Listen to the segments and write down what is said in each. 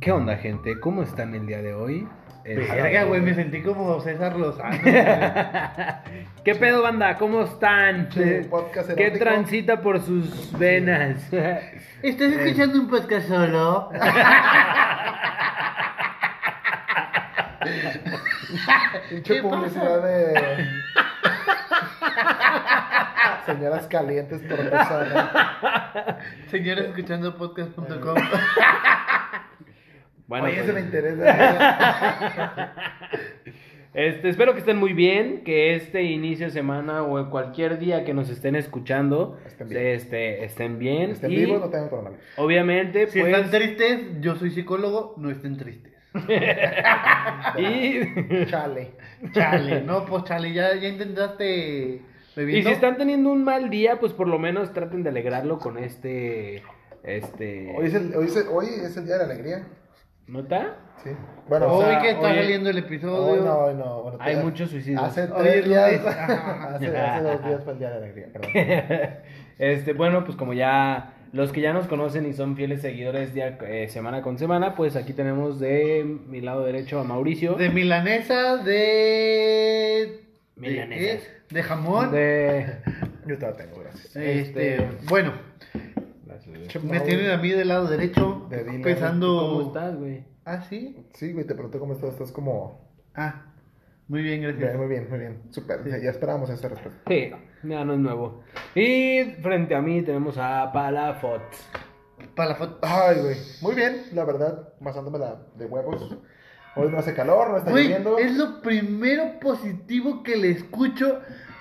¿Qué onda, gente? ¿Cómo están el día de hoy? Eh, El Pues Verga, sábado, güey, me sentí como César Lozano. güey. ¿Qué pedo, banda? ¿Cómo están? Sí, podcast ¿Qué erótico. transita por sus venas? ¿Estás escuchando un podcast solo? Pinche ¿Qué publicidad de. Señoras calientes torpezadas. Señores, escuchando Eh. podcast.com. Bueno, Oye, pues, eso me interesa. este, espero que estén muy bien, que este inicio de semana o cualquier día que nos estén escuchando Estén bien. Este, estén bien. Estén y, vivos, no tengan coronavirus. Obviamente, Si pues... están tristes, yo soy psicólogo, no estén tristes. y... Chale. Chale, no, pues chale, ya, ya intentaste bebiendo. Y si están teniendo un mal día, pues por lo menos traten de alegrarlo con este... Este... Hoy es, el, hoy, es el, hoy es el día de la alegría. ¿Nota? Sí. Bueno, hoy o sea, que está oye, saliendo el hoy episodio. no, hoy no. Bueno, Hay te- muchos suicidios. Hace Hoy tres es lunes. días. Ajá. hace, hace dos días fue el día de la alegría, perdón. Este, bueno, pues como ya los que ya nos conocen y son fieles seguidores día, eh, semana con semana, pues aquí tenemos de mi lado derecho a Mauricio. De milanesa, de... Milanesas. ¿De, qué? de jamón. De- Yo te la tengo, gracias. Este, este- Bueno, me Mauro, tienen a mí del lado derecho De Dylan. pensando... ¿Cómo estás, güey? Ah, ¿sí? Sí, güey, te pregunté cómo estás. Estás como. Ah, muy bien, gracias. Bien, Muy bien, muy bien. Súper. Ya ya esperábamos esa respuesta. Sí, ya no es nuevo. Y frente a mí tenemos a Palafot. Para la foto. Ah, Ay, güey. Muy bien, la verdad, basándomela de huevos. Hoy no hace calor, no está Güey, lloviendo. es lo primero positivo que le escucho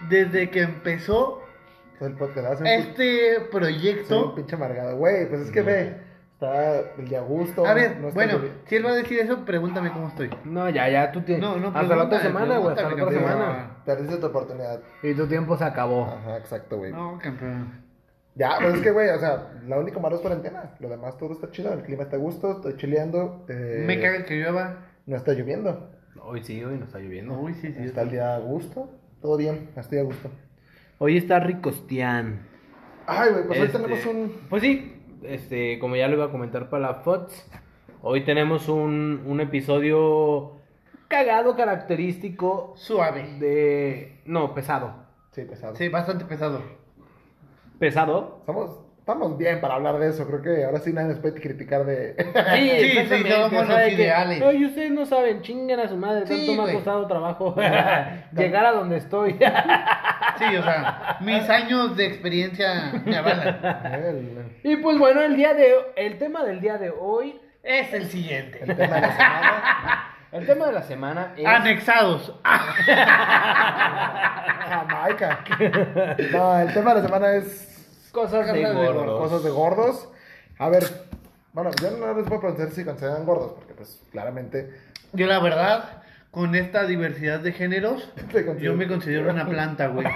desde que empezó Todo el podcast. Hace un pi- este soy un proyecto. pinche amargado. Güey, pues es que ve. Está el día a gusto. A ver, no está bueno, lloviendo. si él va a decir eso, pregúntame cómo estoy. No, ya, ya, tú tienes. No, no, hasta la otra pregúntale, semana, güey. Hasta la otra pregúntale, semana. Perdiste tu oportunidad. Y tu tiempo se acabó. Ajá, exacto, güey. No, campeón. Ya, pues es que, güey, o sea, lo único malo es cuarentena. Lo demás todo está chido. El clima está a gusto, estoy chileando. eh, Me caga que llueva. No está lloviendo. Hoy sí, hoy no está lloviendo. Uy, sí, sí. Está el día a gusto. Todo bien, estoy a gusto. Hoy está Ricostián. Ay, güey, pues Este, hoy tenemos un. Pues sí, este, como ya lo iba a comentar para la FOTS, hoy tenemos un, un episodio cagado característico Suave. de... No, pesado. Sí, pesado. Sí, bastante pesado. ¿Pesado? Estamos, estamos bien para hablar de eso. Creo que ahora sí nadie nos puede criticar de. ¿eh? Sí, exactamente, o sea, de que, Oye, "Ay, ustedes no saben, chingan a su madre, Sí, tanto me ha güey. costado trabajo llegar a donde estoy. Sí, o sea, mis años de experiencia me avalan. el, y pues bueno, el día de el tema del día de hoy, Es el siguiente. el tema de la semana. el tema de la semana es Anexados. Ah, Jamaica. No, el tema de la semana es cosas de Cosas de gordos. cosas de gordos. A ver, bueno, yo no les puedo preguntar si consideran gordos, porque pues claramente. yo la verdad, con esta diversidad de géneros, Te considero- yo me considero una planta, güey.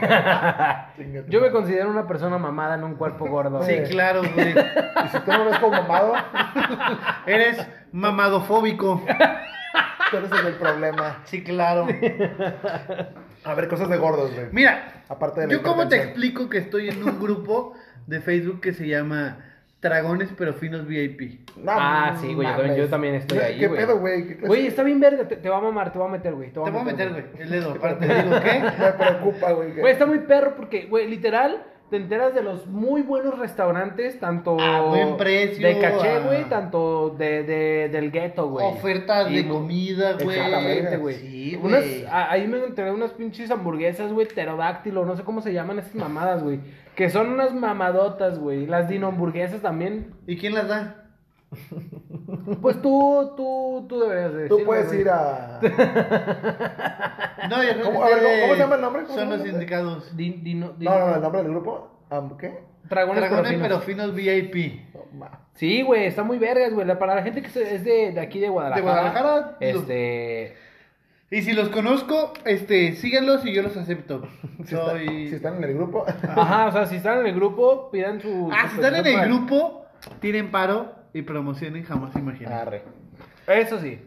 Yo me considero una persona mamada en un cuerpo gordo. Sí, claro, güey. Y si tú no ves como mamado, Eres mamadofóbico. tú eres el del problema. Sí, claro. A ver, cosas de gordos, güey. Mira, Aparte de la yo cómo te hipertensión. explico que estoy en un grupo de Facebook que se llama Dragones pero finos VIP. No Ah, sí, güey, yo también, yo mames. también estoy ¿Qué- ahí, ¿Qué güey. pedo, güey? ¿Qué clase- Güey, está bien verga, te, te va a mamar, te va a meter, güey. Te voy a meter, güey, el dedo. Aparte, te digo, ¿qué? Me preocupa, güey. que- Güey, está muy perro porque, güey, literal, te enteras de los muy buenos restaurantes, tanto A buen precio, de caché, a- güey, tanto de, de- del gueto, güey. Ofertas Y de mu- comida, güey. Exactamente, güey. Sí, Unas- güey. a- ahí me enteré de unas pinches hamburguesas, güey, pterodáctilo, no sé cómo se llaman esas mamadas, güey. Que son unas mamadotas, güey. Las dino hamburguesas también. ¿Y quién las da? Pues tú, tú, tú deberías de Tú decirme, puedes güey. ir a. No, yo creo ¿Cómo- que a ver, ustedes ¿cómo se llama el nombre? ¿Cómo se Son llama los el nombre? indicados. Di- dino- No, dino- no, no, el nombre del grupo. am- ¿Qué? Dragones, Dragones Perofinos. pero finos VIP. No, ma. Sí, güey, está muy vergas, güey. La- Para la gente que se- es de, de aquí de Guadalajara. Guadalajara, Este. Y si los conozco, este, síganlos y yo los acepto. Soy. Si están en el grupo. Ajá, o sea, si están en el grupo, pidan su. Ah, su si están en el petición grupo, Ah, tienen paro y promocionen jamás se imaginan. Arre. para- Eso sí.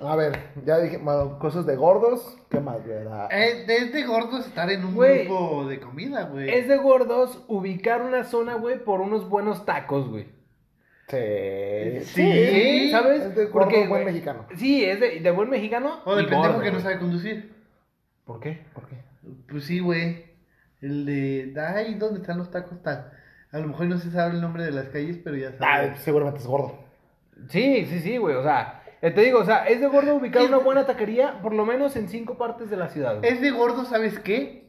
A ver, ya dije, bueno, cosas de gordos. ¿Qué más, güey? La- Eh, es de gordos estar en un Güey. grupo de comida, güey. Es de gordos ubicar una zona, güey, por unos buenos tacos, güey. Sí. Sí, Eh, ¿sabes? Es de gordo Porque, buen güey, eh, mexicano. Sí, es de, de buen mexicano. O del y pendejo gordo, que no güey. sabe conducir. ¿Por qué? ¿Por qué? Pues sí, güey. El de. Ay, ¿dónde están los tacos? Tal. A lo mejor no se sabe el nombre de las calles, pero ya Ah, sabe. seguramente es gordo. Sí, sí, sí, güey. O sea, eh, te digo, o sea, es de gordo ubicar una buena taquería, por lo menos en cinco partes de la ciudad. güey. Es de gordo, ¿sabes qué?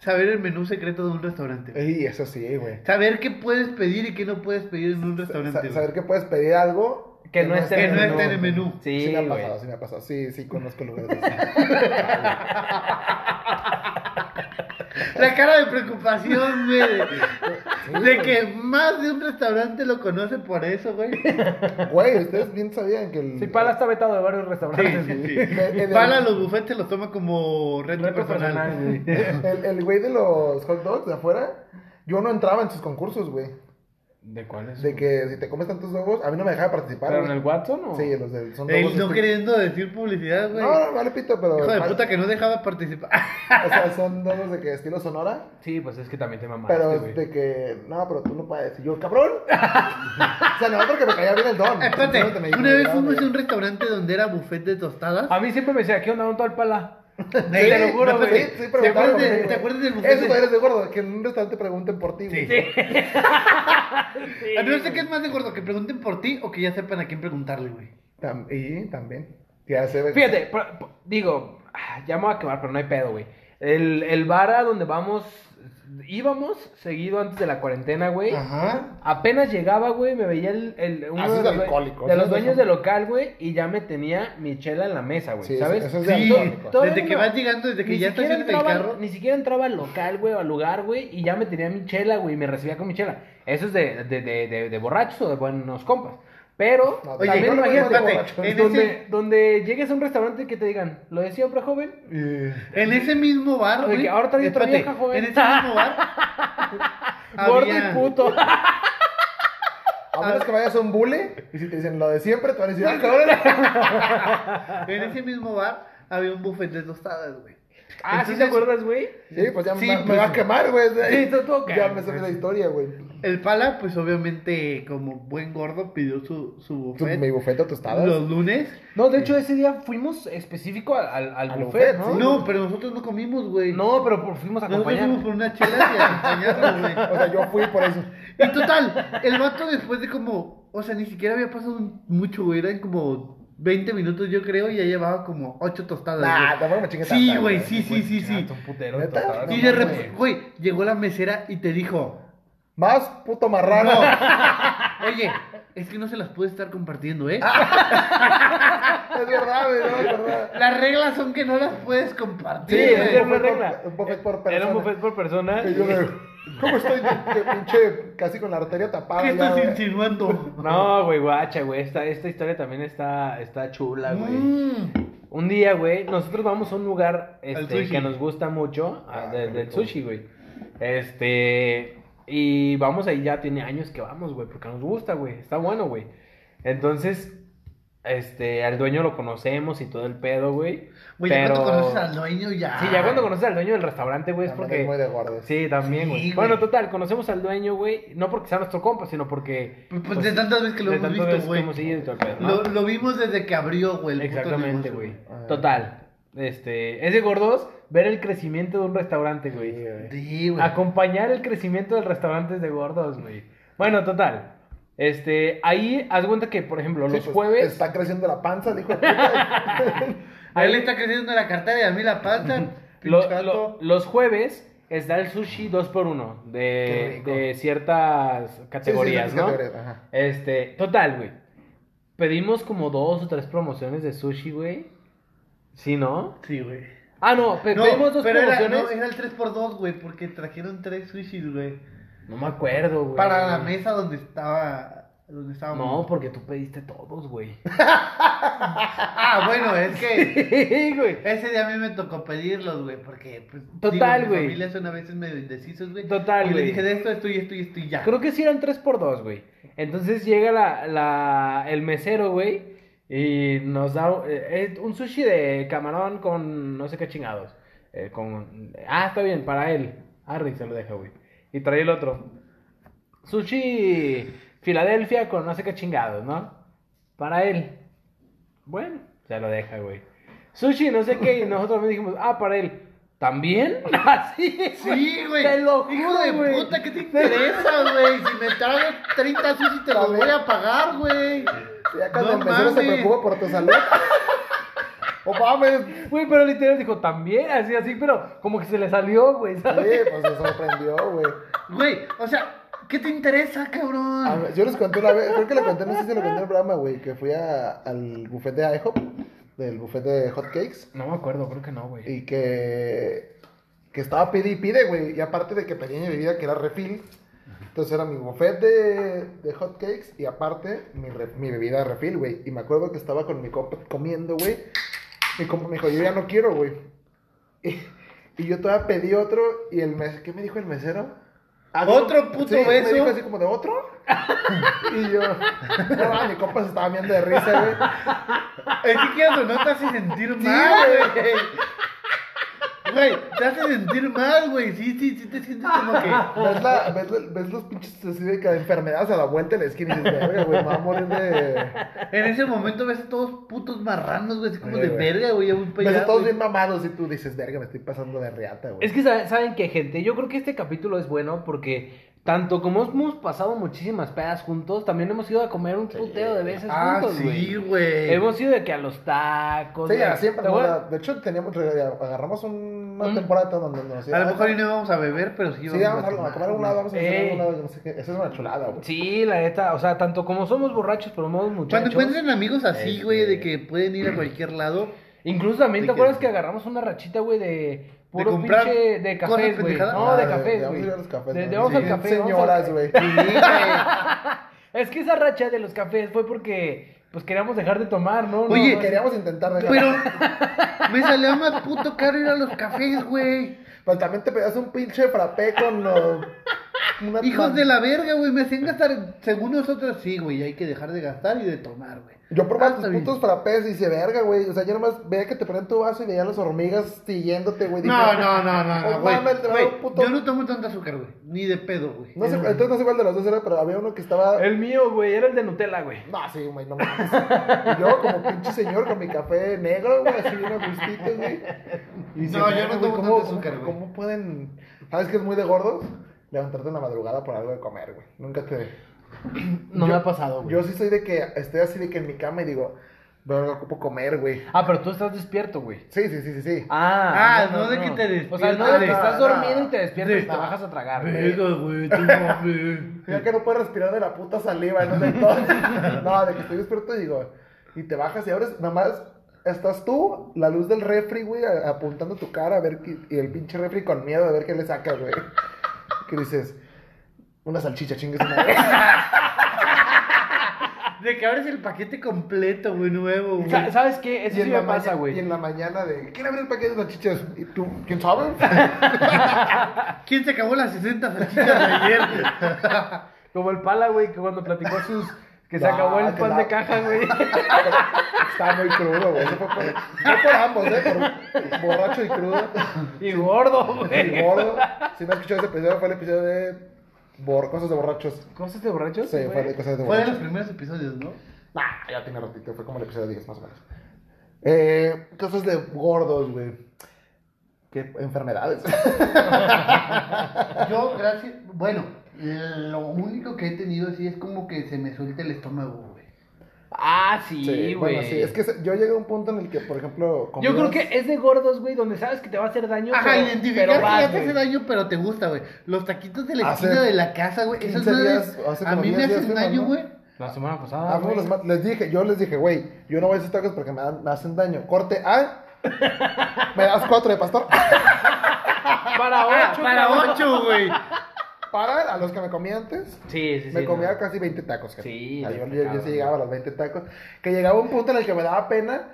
Saber el menú secreto de un restaurante. güey. Y eso sí, güey. Saber qué puedes pedir y qué no puedes pedir en un restaurante. Sa- güey. Saber que puedes pedir algo Que no esté que en no el esté en menú. el menú. Sí, sí me ha güey. pasado, sí me ha pasado. Sí, sí, conozco lugares así. La cara de preocupación, güey. Sí, De güey. que más de un restaurante lo conoce por eso, güey. Güey, ustedes bien sabían que el. Sí, Pala está vetado de varios restaurantes. Sí, güey. sí, Eh, eh, sí. Pala los bufetes los toma como reto, Reto personal. personal, güey. El, el güey de los hot dogs de afuera, yo no entraba en sus concursos, güey. ¿De cuáles? De que si te comes tantos huevos, a mí no me dejaba participar. ¿Pero en güey. el Watson o...? Sí, los del. Son Él dogos no este- queriendo decir publicidad, güey. No, no, vale pito, pero. Hijo de puta que no dejaba participar. O sea, son dogos de que estilo sonora. Sí, pues es que también te mamaste, Pero güey. es de que. No, pero tú no puedes. Y yo, cabrón. o sea, no, porque me caía bien el don. Espérate, Sinceramente, me- una me vez daba fuimos a miedo. un restaurante donde era buffet de tostadas. A mí siempre me decía, ¿qué onda? ¿Dónde está el Pala? Sí, Ah, te lo juro, no, güey. Sí, sí, preguntaban ¿Te acuerdas por de- mí, güey. te acuerdas del buffet Eso de- todavía eres de gordo, que en un restaurante pregunten por ti, Sí. güey. Ah, no sé qué es más de gordo, que pregunten por ti o que ya sepan a quién preguntarle, güey. Tam- y también. Ya se ve. Fíjate, pro- pro- digo, ah, ya me voy a quemar, pero no hay pedo, güey. El, el bar a donde vamos, íbamos seguido antes de la cuarentena, güey. Ajá. Apenas llegaba, güey, me veía el, el- uno Ah, eso de, es los, due- alcohólico, de eso los es dueños alcohólico. del local, güey, y ya me tenía mi chela en la mesa, güey, Sí, eso- ¿sabes? eso es de Sí, alcohólico. Todavía desde que no. vas llegando, desde que Ni ya estás siquiera, en el entraba, carro. ni siquiera entraba al local, güey, o al lugar, güey, y ya me tenía mi chela, güey, y me recibía con mi chela. Eso es de, de, de, de- de borrachos o de buenos compas. Pero, No, Oye, también no, imagínate, espérate, borracho, en donde, ese- donde llegues a un restaurante que te digan, lo decía siempre, joven, Eh, En ese mismo bar, Oye, güey. que ahora traes otra espérate, vieja, joven. En ese mismo bar. gordo y había- puto. Ah, a menos que vayas a un bule y si te dicen lo de siempre, te van a decir, ah, cabrón. En ese mismo bar había un buffet de tostadas, güey. ah, ¿sí Entonces, te acuerdas, güey? Sí, pues ya Sí, me, me pues- va a quemar, güey. Sí, tú- tú, ya ok. me sabes la historia, güey. El pala, pues obviamente, como buen gordo, pidió su, su Tu- buffet. Mi bufete tostada. Los lunes. Pues, No, de hecho, ese día fuimos específico al, al, al Al buffet, buffet, ¿no? sí. No, pero nosotros no comimos, güey. No, pero por- fuimos a Nosotros acompañar. fuimos por una chela y acompañarlo, güey. O sea, yo fui por eso. Y total, el vato después de como, o sea, ni siquiera había pasado un- mucho, güey, eran como 20 minutos yo creo y ya llevaba como 8 tostadas. Nah, güey. tampoco me chingues Sí, güey, sí, sí, sí, sí. Chato, un putero ¿Neta? tostadas, no Y no de mames. repente, güey, llegó la mesera y te dijo, Más puto marrano. oye, es que no se las puede estar compartiendo, ¿eh? Ah. Es verdad, güey, no, es verdad. Las reglas son que no las puedes Sí, compartir. es güey. que era una Un buffet regla. por- un buffet por Era persona. un buffet por persona. Que yo de, ¿Cómo estoy? Que pinche, casi con la arteria tapada. ¿Qué ya, estás güey. insinuando? No, güey, guacha, güey. Esta, esta historia también está, está chula, güey. Mm. Un día, güey, nosotros vamos a un lugar este, sushi. que nos gusta mucho, Ah, ah, de- qué del rico. sushi, güey. Este, y vamos ahí, ya tiene años que vamos, güey, porque nos gusta, güey. Está bueno, güey. Entonces, este, al dueño lo conocemos y todo el pedo, güey. Güey, ya pero... cuando conoces al dueño ya. Sí, ya cuando conoces al dueño del restaurante, güey, es También es porque... muy de gordos. Sí, también, güey. Sí, güey. bueno, total, conocemos al dueño, güey. No porque sea nuestro compa, sino porque. Pues, pues, de tantas veces que lo de hemos tantas visto, veces que güey. hemos ido y todo el pedo, ¿no? Lo, lo vimos desde que abrió, güey. el puto Exactamente, negocio, güey. Ah. Total. Este, es de gordos ver el crecimiento de un restaurante, Sí, güey. Ah, güey. Sí, güey. Acompañar el crecimiento del restaurante es de gordos, güey. Bueno, total. Este, ahí haz cuenta que, por ejemplo, los Sí, pues, jueves. Está creciendo la panza, dijo. puta. A él le está creciendo la cartera y a mí la panza. lo- pinche lo- gato. los jueves está el sushi 2x1 de, Qué rico. de ciertas categorías, sí, ¿no? categorías, ajá. Este, total, güey. Pedimos como dos o tres promociones de sushi, güey. ¿Sí, no? Sí, güey. Ah, no, pe- No, pedimos dos pero era, promociones. no, era el 3x2, güey, porque trajeron tres sushis, güey. No me acuerdo, güey. Para la mesa donde estaba. Donde estábamos. No, porque tú pediste todos, güey. Ah, bueno, es que. Sí, güey. Ese día a mí me tocó pedirlos, güey, porque pues, Total, digo, güey. Mis familias son a veces medio indecisos, güey. Total, Y güey. le dije de esto, esto y esto y esto y ya. Creo que sí eran 3x2, güey. Entonces llega la, la, el mesero, güey. Y nos da eh, eh, un sushi de camarón con no sé qué chingados. Eh, con... Ah, está bien, Ah, para él. Harry se lo deja, güey. Y trae el otro. Sushi Filadelfia con no sé qué chingados, ¿no? Para él. Bueno, se lo deja, güey. Sushi, no sé qué, y nosotros me dijimos, ah, para él. ¿También? Así es. Sí, güey. Te lo juro, Hijo de güey. puta, ¿qué te interesa, güey? Si me trago 30 sushi te los También. voy a pagar, güey. Ya cuando No el mesero se mames. preocupa por tu salud. O mames. Sí, Güey, pero literal dijo, también, así, así, pero como que se le salió, güey, ¿sabes? pues se sorprendió, güey. Güey, o sea, ¿qué te interesa, cabrón? A ver, Yo les conté una vez, creo que lo conté, no sé si lo conté en el programa, güey, que fui a- al buffet de IHOP, del buffet de hotcakes, No me acuerdo, creo que no, güey. y que, que estaba pide y pide, güey, y aparte de que pedí mi bebida que era refil, entonces era mi buffet de, de hotcakes y aparte mi, re- mi bebida de refil, güey, y me acuerdo que estaba con mi compa comiendo, güey, mi compa me dijo, yo ya no quiero, güey, y, y yo todavía pedí otro, y el mes, ¿qué me dijo el mesero? Ah, ¿Otro puto beso? me dijo así como de otro. Y yo, no, ah, mi compa se estaba viendo de risa, güey. Es que quieras o no te hace sentir Sí, mal, güey. Güey, te hace sentir mal, güey. Sí, sí, sí te sientes como que. ¿Ves, la, ves, la- ves los pinches así de que enfermedades a la vuelta de la esquina y dices, verga, güey, me va a morir de. En ese momento ves a todos putos marranos, güey. Así como Sí, de güey. verga, güey. Ya voy Pues pa' Ves allá, a todos güey. bien mamados y tú dices, verga, me estoy pasando de reata, güey. Es que sa- saben que, gente, yo creo que este capítulo es bueno porque tanto como hemos pasado muchísimas pedas juntos, también hemos ido a comer un puteo de veces Ah, juntos, güey. sí, güey. Hemos ido de que a los tacos. Sí, de- ya, siempre. ¿te ¿no? acuerdas? Mm. de hecho, teníamos, agarramos una Un- temporada donde nos A lo mejor hoy Sí, no vamos a beber, pero sí vamos vamos a, a comer a un lado, vamos a cenar a Ey. un lado, yo no sé qué. Esa es una chulada, güey. Sí, la neta, o sea, tanto como somos borrachos, pero somos Cuando muchachos. encuentren amigos así, Este- güey, de que pueden ir a cualquier lado. Incluso también, ¿De ¿te qué? acuerdas que agarramos una rachita, güey, de puro comprar pinche de cosas cafés, güey? pendejadas? No, de Ah, cafés, Vamos a güey. ir a los cafés. De, ¿no? de vamos al Sí, café. vamos al- Señoras, güey. Sí, güey. Es que esa racha de los cafés fue porque, pues, queríamos dejar de tomar, ¿no? No, Oye, no, Queríamos intentar dejar. Pero me salió más puto caro ir a los cafés, güey. Pues también te pedías un pinche frappé con oh, una Hijos de la verga, güey, me hacen gastar. Según nosotros, sí, güey, hay que dejar de gastar y de tomar, güey. Yo probaba Ah, tus está putos frappés y dice, verga, güey. O sea, yo nomás veía que te ponían tu vaso y veía las hormigas siguiéndote, güey. Dije, No, no, no, no, Pues no, güey. mames, te va a Güey, dar un puto- Yo no tomo tanta azúcar, güey. Ni de pedo, güey. No sé, entonces no sé cuál de los dos era, pero había uno que estaba. El mío, güey, era el de Nutella, güey. No, sí, güey, no mames. Y yo, como pinche señor, con mi café negro, güey, así bien a gustitos, güey. Y dice, No, yo no "Verga, tomo güey, tanto ¿cómo- azúcar, cómo- güey". ¿Cómo pueden. ¿Sabes que es muy de gordos? Levantarte en la madrugada por algo de comer, güey. Nunca te. No Yo- me ha pasado, güey. Yo sí soy de que estoy así de que en mi cama y digo, verga, ocupo comer, güey. Ah, pero tú estás despierto, güey. Sí, sí, sí, sí, sí. Ah, Ah, no de que te despiertas. O sea, no de que Ah, estás no, dormido no. y te despiertas De- y te bajas a tragar, güey. Verga, Ah, güey, tú mames. Ya que no puedes respirar de la puta saliva, ¿no? De todo. No, de que estoy despierto y digo, y te bajas y abres, nada más estás tú, la luz del refri, güey, a- apuntando tu cara a ver, qué- y el pinche refri con miedo a ver qué le saca, güey. Que dices, una salchicha, chingues madre. De que abres el paquete completo, güey, nuevo, güey. Sa- ¿Sabes qué? Eso sí Y en me la pasa, maña- Y güey. en la mañana de, ¿quién abre el paquete de salchichas? Y tú, ¿quién sabe? ¿Quién se acabó las 60 salchichas de ayer? Como el pala, güey, que cuando platicó sus... Que se Ah, acabó el que pan la- de caja, güey. Está muy crudo, güey. Eso fue por, fue por ambos, ¿eh? Por borracho y crudo. Y gordo, Y güey. gordo. Si no escuchado ese episodio, fue el episodio de bor- cosas de borrachos. ¿Cosas de borrachos? Sí, fue güey? de cosas Fue de de borrachos. los primeros episodios, ¿no? Nah, ya tiene ratito, fue como el episodio 10, más o menos. Eh, cosas de gordos, güey. ¿Qué enfermedades? Yo, gracias. Bueno, lo único que he tenido así es como que se me suelta el estómago, güey. Ah, sí, güey. bueno, sí. Es que se- yo llegué a un punto en el que, por ejemplo. Yo creo comidas- que es de gordos, güey, donde sabes que te va a hacer daño. Ajá, pero- identificar pero que vas, ya te hace güey. daño, pero te gusta, güey. Los taquitos de la Hace esquina de la casa, güey. Esos 15 madres, días, o hace a como mí me 10 días hacen fuimos, daño, ¿no? güey. La semana pasada. Ah, fuimos güey. los más- les dije, yo les dije, güey, yo no voy a hacer tacos porque me, dan- me hacen daño. Corte A. Me das cuatro de pastor. Ah, Para ocho. Para cabrón. ocho, güey. Para a los que me comí antes. Sí, sí, sí. me comía no. casi 20 tacos. jefe. Sí, Ahí yo, de yo- yo pecado, sí llegaba a los 20 tacos. Que llegaba un punto en el que me daba pena.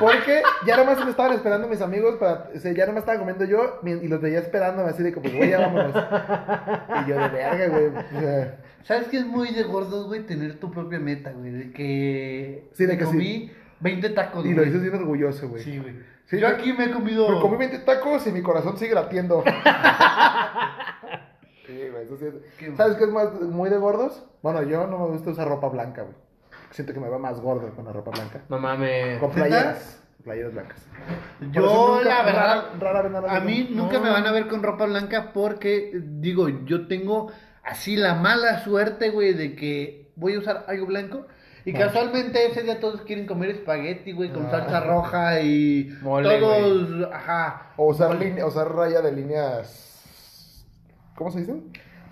Porque ya nomás me estaban esperando mis amigos. Para, o sea, ya nomás estaba comiendo yo. mi- Y los veía esperándome así de como, güey, ya vámonos. Y yo de verga, güey. O sea, ¿Sabes qué es muy de gordos, güey? Tener tu propia meta, güey. De que Sí, de me que sí. comí 20 tacos, güey. y lo hice bien orgulloso, güey. Sí, güey. Sí, yo yo- aquí me he comido... Me comí 20 tacos y mi corazón sigue latiendo. Sí, güey, eso sí es- Qué ¿Sabes qué es más muy de gordos? Bueno, yo no me gusta usar ropa blanca, güey. Siento que me va más gordo con la ropa blanca. No mames. Con playeras. Playeras blancas. Por eso Yo, nunca- la verdad, rara- rara vez no las a veo. mí nunca No. me van a ver con ropa blanca porque, eh, digo, yo tengo así la mala suerte, güey, de que voy a usar algo blanco. Y Ah. casualmente ese día todos quieren comer espagueti, güey, con Ah. salsa roja y Mole, todos, ajá. O usar, line- usar raya de líneas. ¿Cómo se dice?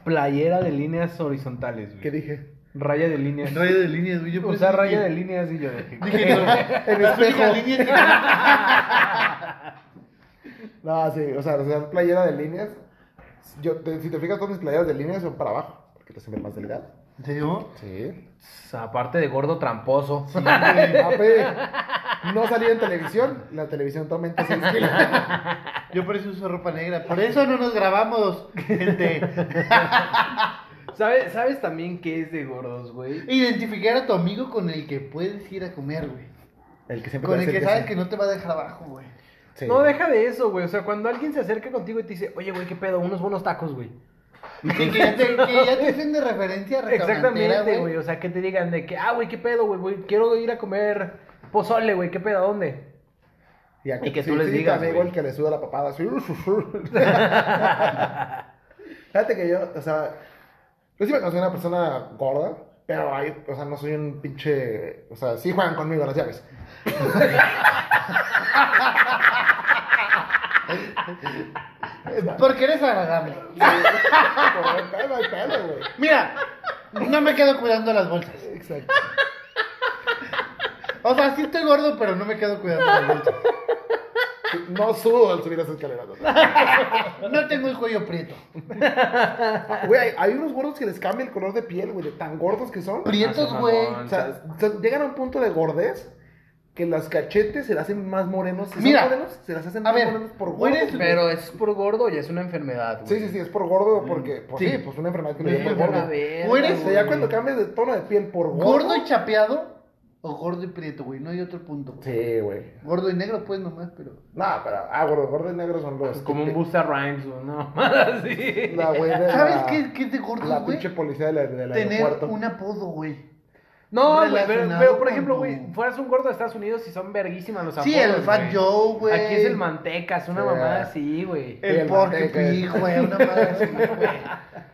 Playera de líneas horizontales, güey. ¿Qué dije? Raya de líneas. Raya de líneas, güey. Yo por Usar eso raya de dije- líneas y yo dije. Dije, no, En las únicas espejo. líneas que- No, sí, o sea, usar playera de líneas. Yo, te- si te fijas, todas mis playeras de líneas son para abajo, porque te hacen ver más delgado. ¿En serio? Sí. Aparte de gordo tramposo. no salir en televisión, la televisión toma 26 kilos. Yo por eso uso ropa negra. Por eso no nos grabamos, gente. ¿Sabes, ¿Sabes también qué es de gordos, güey? Identificar a tu amigo con el que puedes ir a comer, güey. El que siempre Con te el dice que sí. sabes que no te va a dejar abajo, güey. Sí. No, deja de eso, güey. O sea, cuando alguien se acerca contigo y te dice, oye, güey, qué pedo, unos buenos tacos, güey. Sí, que ya te, que ya te hacen de referencia restaurantera, Exactamente, güey. O sea, que te digan de que, ah, güey, qué pedo, güey, güey, quiero ir a comer pozole, güey, qué pedo, ¿a dónde? a Y que sí, tú les sí, tu digas, amigo güey. el que le suda la papada. así. Fíjate que yo, o sea, yo sí me considero una persona gorda, pero ahí, o sea, no soy un pinche. O sea, sí juegan conmigo a las llaves. Porque eres agradable. Por el pelo, el pelo, güey. Mira, no me quedo cuidando las bolsas. Exacto. O sea, sí estoy gordo, pero no me quedo cuidando las bolsas. No sudo al subir las escaleras. o sea. No tengo el cuello prieto. Güey, hay, hay unos gordos que les cambia el color de piel, güey, de tan gordos que son. Prietos, mamón. güey. O sea, se- llegan a un punto de gordez que las cachetes se las hacen más morenos. Si Mira, son morenos, se las hacen a más ver, morenos por güey, gordos. eres- Pero es por gordo y es una enfermedad, güey. Sí, sí, sí, es por gordo porque, pues Mm, Sí. sí, pues una enfermedad que Sí, le dio por una gordo. verga, O eres- o sea, ya güey. cuando cambias de tono de piel por gordo. Gordo y chapeado o gordo y prieto, güey. No hay otro punto. güey. Sí, güey. Gordo y negro, pues nomás, pero. No, pero, ah, gordo, gordo y negro son Pues los. Como un Busta Rhymes, güey, no, así. La güey de ¿Sabes la- qué, qué es de gordo, La güey? pinche policía del del Tener aeropuerto. un apodo, güey. No, güey, pero, Relacionado pero, por con ejemplo, tu- güey, fueras un gordo de Estados Unidos y son verguísimas los apodos, Sí, el Fat güey. Joe, güey. Aquí es el Mantecas, una Sí. mamada así, güey. El, El Porky manteca. Pig, güey. Una madre así, güey.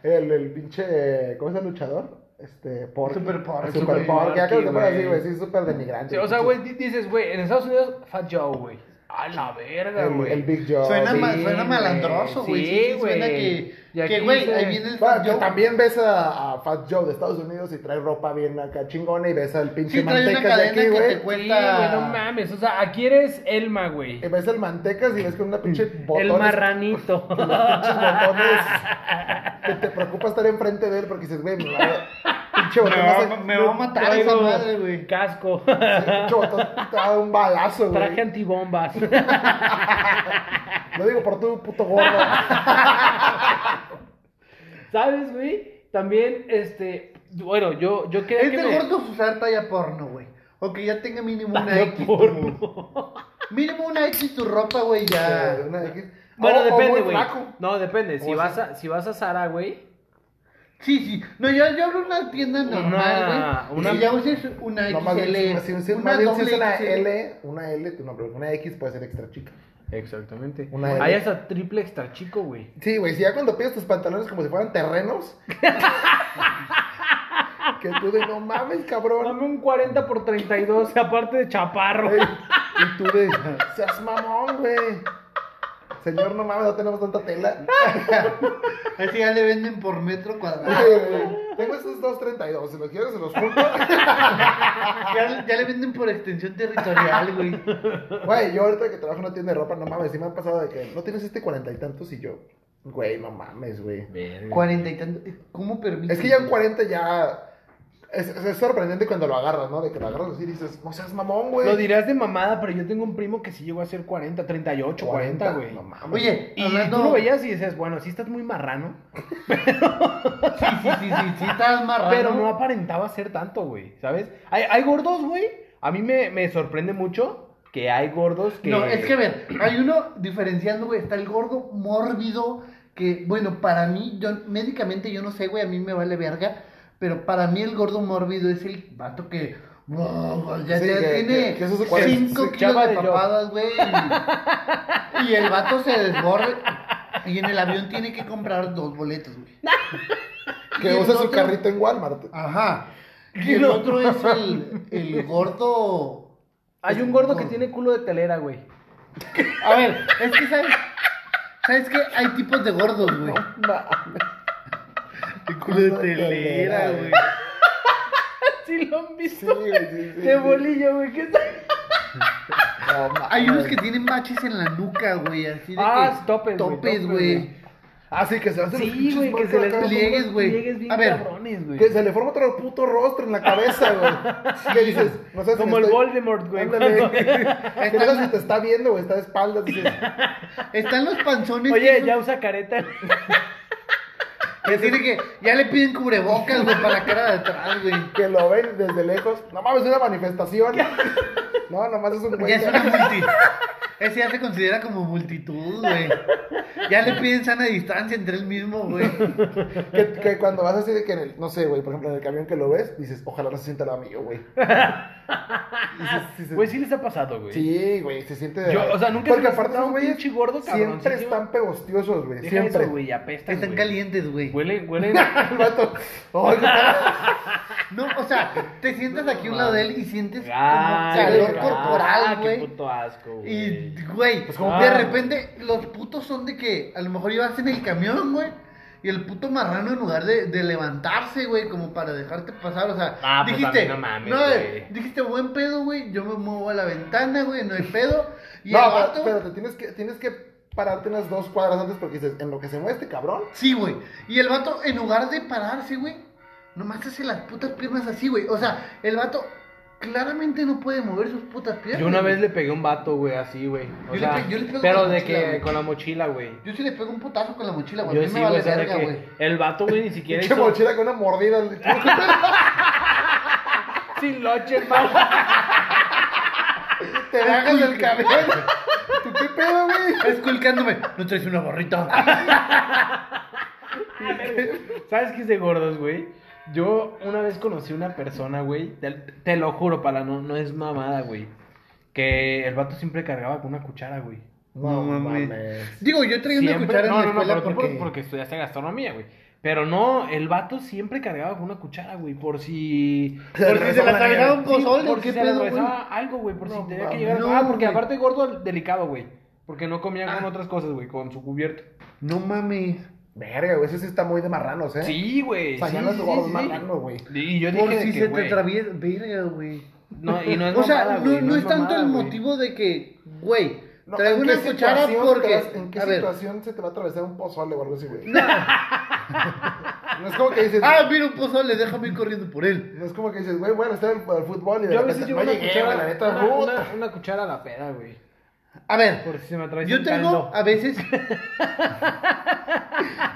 El, el pinche. ¿Cómo es el luchador? Este, por. Super Porky, Super güey. Porky. Ya que lo Porky, llaman así, güey. güey, sí, súper denigrante. Sí, o sea, güey, di- dices, güey, en Estados Unidos, Fat Joe, güey. A la verga, El, güey. el Big Joe. Suena, sí. ma- Sí, suena güey. malandroso, güey. Sí, Sí, sí, suena güey. que, Y que, aquí güey, se- ahí viene el Bueno, Fat que Joe. también ves a, a Fat Joe de Estados Unidos y trae ropa bien acá chingona y ves al pinche Sí, trae una mantecas de cadena aquí, que güey. te Sí, cuesta. güey, no mames. O sea, aquí eres Elma, güey. Y ves el mantecas y ves con una pinche botones, El marranito. pinches botones que te preocupa estar enfrente de él porque dices, güey, me va a- pinche botón, Me hace- va- me va a matar esa Traigo madre, güey. Casco. pinche botón te va a dar un balazo, güey. Traje antibombas. Lo digo por tu puto gordo. ¿Sabes, güey? También, este. Bueno, yo, yo quería Es que. de me- gordos usar talla porno, güey. O que ya tenga mínimo una Talla X. porno. tu- Mínimo una X tu ropa, güey, ya. Eh, una X. Bueno, O- o muy depende, güey. flaco. No, depende. Si O vas, a, si vas a Sara, güey. Sí, sí. No, yo, yo abro una tienda normal, Una- güey. una- Si ya uses una No, más bien, XL. si- si- una más bien si es doble una XL. L, una L, no, pero una X puede ser extra chica. Exactamente. Una de- Hay hasta triple extra chico, güey. Sí, güey, si ya cuando pides tus pantalones como si fueran terrenos. que tú de no mames, cabrón. Dame un 40 por 32, aparte de chaparro. Ey, y tú de seas mamón, güey. Señor, no mames, no tenemos tanta tela. Así ya le venden por metro cuadrado. Eh, Tengo esos 232, si los quieres se los junto. ya, ya le venden por extensión territorial, güey. Güey, yo ahorita que trabajo en una tienda de ropa, no mames, sí me han pasado de que no tienes este cuarenta y tantos y yo, güey, no mames, güey. Cuarenta y tanto. ¿Cómo permite? Es que ya un 40 ya. Es, es sorprendente cuando lo agarras, ¿no? De que lo agarras así y dices, no seas mamón, güey. Lo dirás de mamada, pero yo tengo un primo que sí llegó a ser 40, 38, 40, güey. No mames. Oye, y hablando- tú lo veías y dices, bueno, sí estás muy marrano, Sí, sí, sí, sí, sí, estás marrano. pero no aparentaba ser tanto, güey, ¿sabes? Hay, hay gordos, güey. A mí me, me sorprende mucho que hay gordos que... No, es que a ver, hay uno diferenciando, güey. Está el gordo mórbido que, bueno, para mí, yo, médicamente yo no sé, güey, a mí me vale verga, pero para mí el gordo mórbido es el vato que, wow, ya, Sí, ya que- tiene que- que eso es- 5 kilos su chava de de yo. papadas, güey, y, y el vato se desborre, y en el avión tiene que comprar dos boletos, güey. Y Que el usa su otro- carrito en Walmart. Ajá. Y Y el lo- otro es el, el gordo. Hay un gordo que tiene culo de telera, güey. A ver, es que sabes. ¿Sabes qué? Hay tipos de gordos, güey. El culo de telera, güey. Sí lo han Sí, visto. güey, sí, sí, de sí. bolillo, güey. ¿Qué tal? No, ma- Hay unos que tienen baches en la nuca, güey. Así de Ah, que. topes, güey, Topes, topes, güey. güey. Ah, sí, que se hacen los Sí, pinches güey, que marcas se les acá, pliegue. pliegues, güey. pliegues bien A ver, cabrones, güey. Que se le forma otro puto rostro en la cabeza, güey. ¿Qué dices? No sé si Como me el estoy- Voldemort, güey. Ándale. cuando- Que no sé si te está viendo o está de espaldas. dices, Están los panzones. que Oye, son- ya usa careta. que tiene que. Ya le piden cubrebocas, güey, para la cara de atrás, güey. que lo ven desde lejos. No mames, es una manifestación. No, nomás es un güey. Ya es una multi. Ese ya se considera como multitud, güey. Ya le piden sana distancia entre él mismo, güey. Que, que cuando vas así de que en el, no sé, güey, por ejemplo, en el camión que lo ves, dices, ojalá no se sienta la mío, güey. Güey, sí les ha pasado, güey. Sí, güey, se siente de. Yo, o sea, nunca Porque se me aparte sentaba esos un güeyes pinche gordo, cabrón, siempre sí, están pegostiosos, güey. Deja Siempre. eso, güey, apestan, Están güey. calientes, güey. Huelen, huelen. El vato. "Ay, qué tal". No, o sea, te sientas aquí a un lado de él y sientes Ay, como calor güey, ah, corporal, Qué güey. puto asco, güey. Y, güey, Pues como de que- repente los putos son de que a lo mejor ibas en el camión, güey. Y el puto marrano en lugar de, de levantarse, güey, como para dejarte pasar, o sea, Ah, pues, dijiste, a mí no mames, güey. dijiste buen pedo, güey, yo me muevo a la ventana, güey, no hay pedo. Y No, el pero, vato- espérate, tienes que, tienes que pararte unas dos cuadras antes porque dices, en lo que se mueve este cabrón. Sí, güey. Y el vato, en lugar de pararse, güey, nomás hace las putas piernas así, güey. O sea, el vato claramente no puede mover sus putas piernas. Yo una güey. vez le pegué a un vato, güey, así, güey. O Yo le sea, pe- yo le pego pero con la de mochila, que güey. con la mochila, güey. Yo sí le pego un putazo con la mochila, güey. Yo a mí sí, me güey, vale o sea, de verga, que güey. el vato, güey, ni siquiera Pinche hizo... mochila con una mordida. Sin loche, hermano. Te bajas del camión. ¿Tú qué pedo, güey? Esculcándome. No traes una gorrita. ¿Sabes qué es de gordos, güey? Yo una vez conocí una persona, güey, te, te lo juro, para no, no es mamada, güey, que el vato siempre cargaba con una cuchara, güey. No mames. Digo, yo traía una Siempre- cuchara en no, la no, no, escuela pero tú por- porque... porque... estudiaste gastronomía, güey. Pero no, el vato siempre cargaba con una cuchara, güey, por si... Se por le si se le atravesaba atravesaba un sí, pozole, por ¿o si qué se le pedo, güey? atravesaba algo, güey, por No, si tenía que mames, llegar... no, ah, porque güey. aparte gordo, delicado, güey. Porque no comía con Ah. otras cosas, güey, con su cubierto. No mames. Verga, güey, eso sí está muy de marranos, ¿eh? Sí, güey. O sea, ya sí, no es sí, gordo sí, marrano, güey. sí. Y yo dije Por de si que, se te güey, atraviesa... Verga, güey. No, y no es o sea, mamada, no, güey, no es tanto mamada, el güey. motivo de que, güey, No, traigo ¿en qué una cuchara situación te porque... vas- ¿En qué a ver. situación se te va a atravesar un pozole o algo así, güey? No. No es como que dices, Ah, mira un pozole, déjame ir corriendo por él. no es como que dices, güey, bueno, está el, el fútbol y de Yo a repente, veces llevo no una llegué, cuchara, güey, la neta, eh, una, puta. una- una cuchara a la peda, güey. A ver, Por si se me atraviesa yo un caldo. tengo a veces...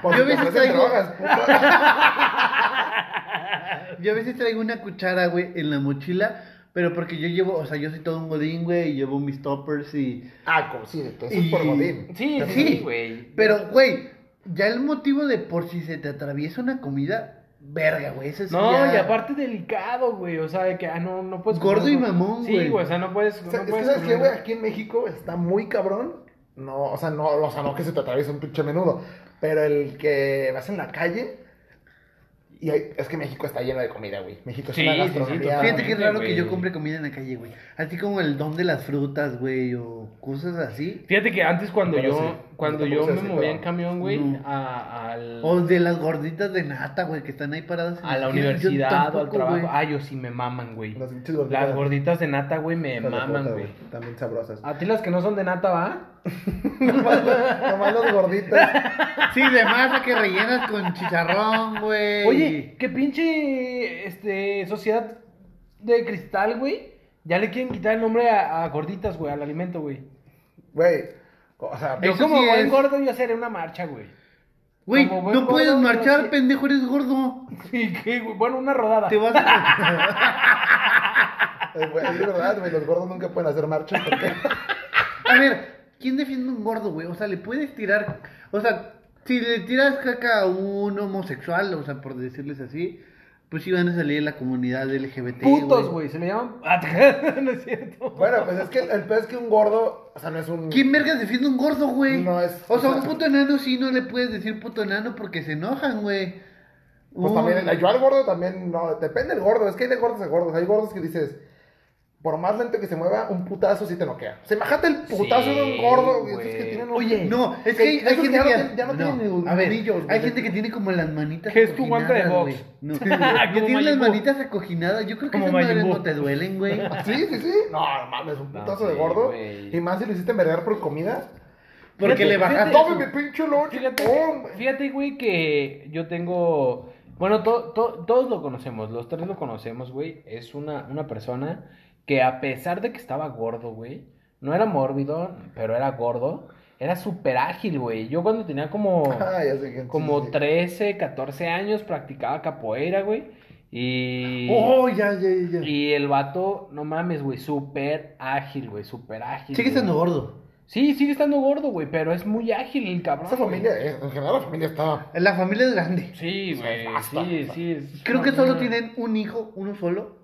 Por yo si te a veces ofrecen traigo- drogas, puta. Yo a veces traigo una cuchara, güey, en la mochila, pero porque yo llevo, o sea, yo soy todo un godín, güey, y llevo mis toppers y... Ah, como sí, entonces Y- es por godín. Sí, Pero sí. sí, güey. Pero, güey, ya el motivo de por si se te atraviesa una comida, verga, güey, ese es No, y aparte delicado, güey. O sea, de que ah, no, no puedes. Gordo comer- y mamón, güey. Sí, güey, o sea, no puedes. O No sea, es que, puedes ¿sabes qué, comer- güey? Aquí en México está muy cabrón. No, o sea, no, o sea, no que se te atraviese un pinche menudo. Pero el que vas en la calle. Y hay- es que México está lleno de comida, güey. México es Sí, una sí, sí, gastronomía. Fíjate que es raro que güey. yo compre comida en la calle, güey. Así como el don de las frutas, güey, o cosas así. Fíjate que antes cuando Pero yo, sí, cuando yo yo tampoco me sé si, movía pero- en camión, güey, No. a, al- O de las gorditas de nata, güey, que están ahí paradas. en a la esquina. Yo universidad o al tampoco, trabajo. güey. Ah, yo sí me maman, güey. Las Las, pinches gorditas. gorditas de nata, güey, me hijas de maman, puta, güey. También sabrosas. A ti las que no son de nata, ¿va? nomás, las- nomás las gorditas. Sí, de masa que rellenas con chicharrón, güey. Oye, qué pinche este, sociedad de cristal, güey. Ya le quieren quitar el nombre a, a gorditas, güey, al alimento, güey. Güey. O sea, Yo Eso como sí buen es. gordo yo haré una marcha, güey. Güey, como buen no puedes gordo, marchar, sí. pendejo, eres gordo. Sí, que, güey, bueno, una rodada. Te vas a... eh, güey, es verdad, güey. Los gordos nunca pueden hacer marcha. Porque... a ver, ¿quién defiende un gordo, güey? O sea, le puedes tirar... O sea, si le tiras caca a un homosexual, o sea, por decirles así, pues sí van a salir en la comunidad LGBT. Putos, güey, se le llaman. Ah, no es cierto. Bueno, pues es que el, el peor es que un gordo, o sea, no es un. ¿Quién vergas defiende un gordo, güey? No es- O sea, un puto enano sí no le puedes decir puto enano porque se enojan, güey. Uh, Pues también, yo al gordo también, no, depende del gordo, es que hay de gordos de gordos, hay gordos que dices, por más lento que se mueva, un putazo sí te noquea. Se majate el putazo de un Sí, gordo, güey, güey. esos que tienen un- Oye, no, es que que hay, hay esos gente ya no que tienen- ya no tienen ni a ver, nudillos, güey. hay gente que tiene como las manitas Que es tu guante de acoginadas, box. Ah, güey. No, que Como tiene Majin las Buu. manitas acoginadas. Yo creo que Como esas madres Majin Buu. no te duelen, güey. Sí, sí, sí. No, no mames, un putazo No, de sí, gordo. güey. Y más si lo hiciste envergar por comida. Porque Fíjate, le fíjate. bajaste. ¡Tome mi pinche lonche! Fíjate, ¡Hombre! fíjate, güey, que yo tengo. Bueno, to- to- todos lo conocemos, los tres lo conocemos, güey. Es una, una persona que, a pesar de que estaba gordo, güey, no era mórbido, pero era gordo, era súper ágil, güey. Yo cuando tenía como, Ah, ya sé quién- sí, como sí. 13, 14 años, practicaba capoeira, güey. Y. Oh, ya, ya, ya. ya. Y el vato, no mames, güey, súper ágil, güey, súper ágil. Sigue güey. estando gordo. Sí, sigue estando gordo, güey, pero es muy ágil el cabrón. Esa güey. familia, eh, en general la familia está... La familia es grande. Sí, sea, güey, basta, sí, basta. sí. es- Creo que no, solo no, tienen un hijo, uno solo,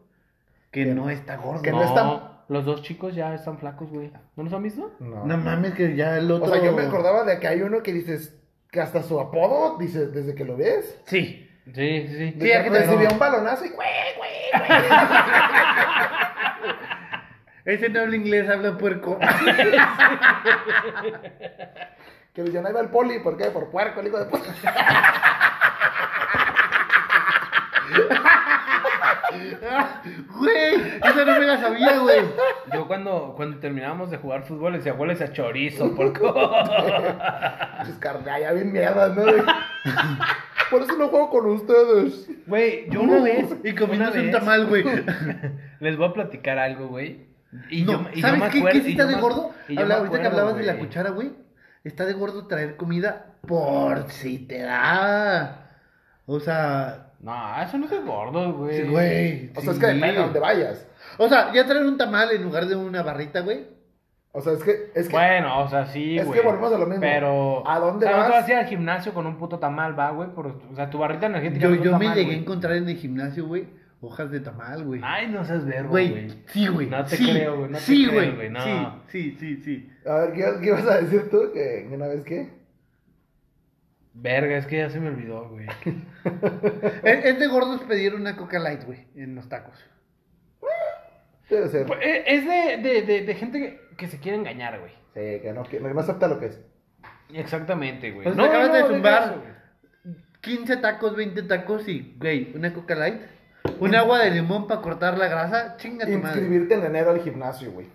que Que- no está gordo. que no, no están- los dos chicos ya están flacos, güey. ¿No los han visto? No. No mames, que ya el o otro. sea, yo me acordaba de que hay uno que dices... Que hasta su apodo, dices, desde que lo ves. Sí. Sí, sí, sí. De Sí, que hay gente que recibía no. un balonazo y... güey, güey, güey. Ese no habla inglés, habla puerco. Que ya no iba al poli, ¿por qué? Por puerco, el hijo de puta. Güey, esa no me la sabía, güey. Yo cuando, cuando terminábamos de jugar fútbol decía, hueles a chorizo, porco. Chis Pues, carnal, ya bien mierda, ¿no? Por eso no juego con ustedes. Güey, yo una vez... Uh, Y una comimos un vez- tamal, güey. Les voy a platicar algo, güey. Y No, yo, y yo ¿Sabes me qué, acuerdo- qué y sí yo está de me- gordo? y yo Habla- me ahorita que acuerdo, hablabas de la güey. cuchara, güey. Está de gordo traer comida por si te da. O sea, No, eso no es de gordo, güey. sí, güey. O sea, es sí. que depende a donde vayas. O sea, ya traer un tamal en lugar de una barrita, güey. O sea, es que. Es que Bueno, o sea, sí, Es güey. que volvemos a lo mismo. Pero. ¿A dónde o sea, no te vas? vas a ir al gimnasio con un puto tamal, va, güey. Por, o sea, tu barrita energética. Yo, no es un yo me tamal, llegué a güey. encontrar en el gimnasio, güey, hojas de tamal, güey. Ay, no seas verbo, Güey, güey. sí, güey. No te sí, creo, güey, no te sí, creo, güey. güey, no. Sí, sí, sí, sí. A ver, ¿qué, qué ibas a decir tú? Que una vez que. Verga, es que ya se me olvidó, güey. Es, es de gordos pedir una Coca Light, güey, en los tacos. Debe ser. Pues, eh, es de, de, de, de gente que, que se quiere engañar, güey. Sí, que no, que no acepta lo que es. Exactamente, güey. Pues te acabas de zumbar. eso, güey. 15 tacos, 20 tacos y, güey, una Coca Light. Em- Un agua de limón para cortar la grasa. Chinga tu madre. Inscribirte en enero al gimnasio, güey.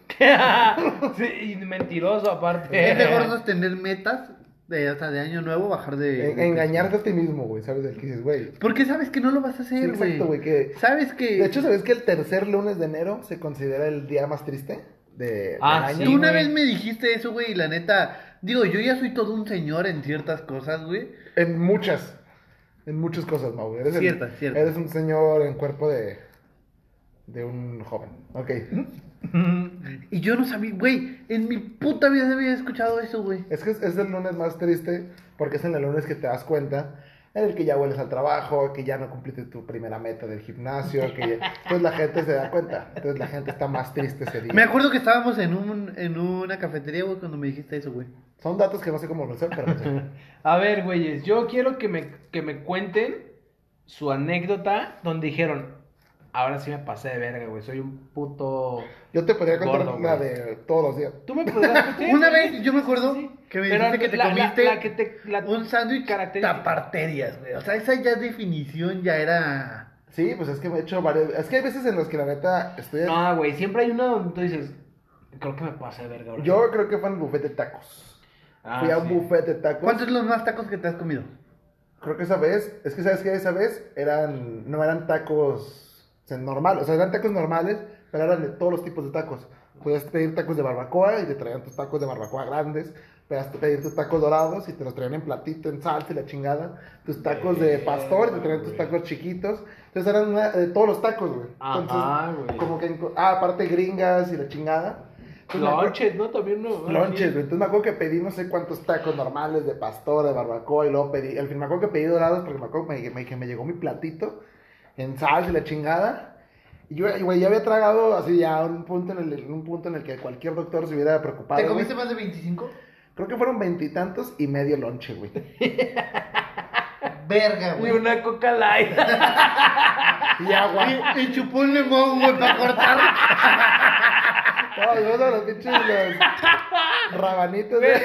sí, y mentiroso, aparte. Es de gordos tener metas, de, o sea, de año nuevo, bajar de... En- de E- Eh, engañarte a ti mismo, güey. ¿Sabes el que dices, güey? peso. Porque sabes que no lo vas a Sí, hacer, güey. exacto, güey. Que... Sabes que... De hecho, ¿sabes que el tercer lunes de enero se considera el día más triste de, Ah, del sí, Tú año? una güey. vez me dijiste eso, güey, y la neta, digo, yo ya soy todo un señor en ciertas cosas, güey. En muchas. En muchas cosas, Mau. Eres el- Ciertas, ciertas. Eres un señor en cuerpo de. de un joven. Ok. Y yo no sabía, güey, en mi puta vida había escuchado eso, güey. Es que es, es el lunes más triste porque es en el lunes que te das cuenta en el que ya vuelves al trabajo, que ya no cumpliste tu primera meta del gimnasio, que ya- entonces la gente se da cuenta, entonces la gente está más triste ese día. Me acuerdo que estábamos en un en una cafetería, güey, cuando me dijiste eso, güey. Son datos que no sé cómo lo sé, pero no sé. A ver, güeyes, yo quiero que me, que me cuenten su anécdota donde dijeron, ahora sí me pasé de verga, güey, soy un puto... Yo te podría contar Gordo, la güey. de todos los días. Tú me podrás... sí, Una güey, vez, yo me acuerdo que me Pero dijiste que te la- la- comiste la que te- la- un sándwich característica. taparterias, güey. O sea, esa ya definición ya era... Sí, pues es que me he hecho varios. Es que hay veces en las que la neta estoy. No, güey, siempre hay una donde tú dices, creo que me pasé de verga, Ah, güey. Yo creo que fue en el buffet de tacos. Fui a un buffet de tacos. ¿Cuántos son los más tacos que te has comido? Creo que esa vez, es que sabes que esa vez eran, no eran tacos o sea, normales, o sea, eran tacos normales, pero eran de todos los tipos de tacos. Podías pedir tacos de barbacoa y te traían tus tacos de barbacoa grandes, podías pedir tus tacos dorados y te los traían en platito, en salsa y la chingada, tus tacos de pastor y te traían tus tacos chiquitos. Entonces eran una- de todos los tacos, güey. Ajá, Entonces, güey. Como que, enco- ah, aparte gringas y la chingada. Entonces, me acuerdo- Lonches, ¿no? También no. Lonches, güey. Entonces me acuerdo que pedí no sé cuántos tacos normales de pastor, de barbacoa, y luego pedí. Al fin me acuerdo que pedí dorados porque me acuerdo que me, me- que me llegó mi platito en salsa y la chingada. Y yo, y, güey, ya había tragado así ya un punto en el, en un punto en el que cualquier doctor se hubiera preocupado. ¿Te güey. comiste más de 25? Creo que fueron veintitantos y, medio lonche, güey. Verga, Y güey. una coca light. Y agua. Y, y chupó un limón, güey, para cortar. No, yo de los pinches los rabanitos Güey, de.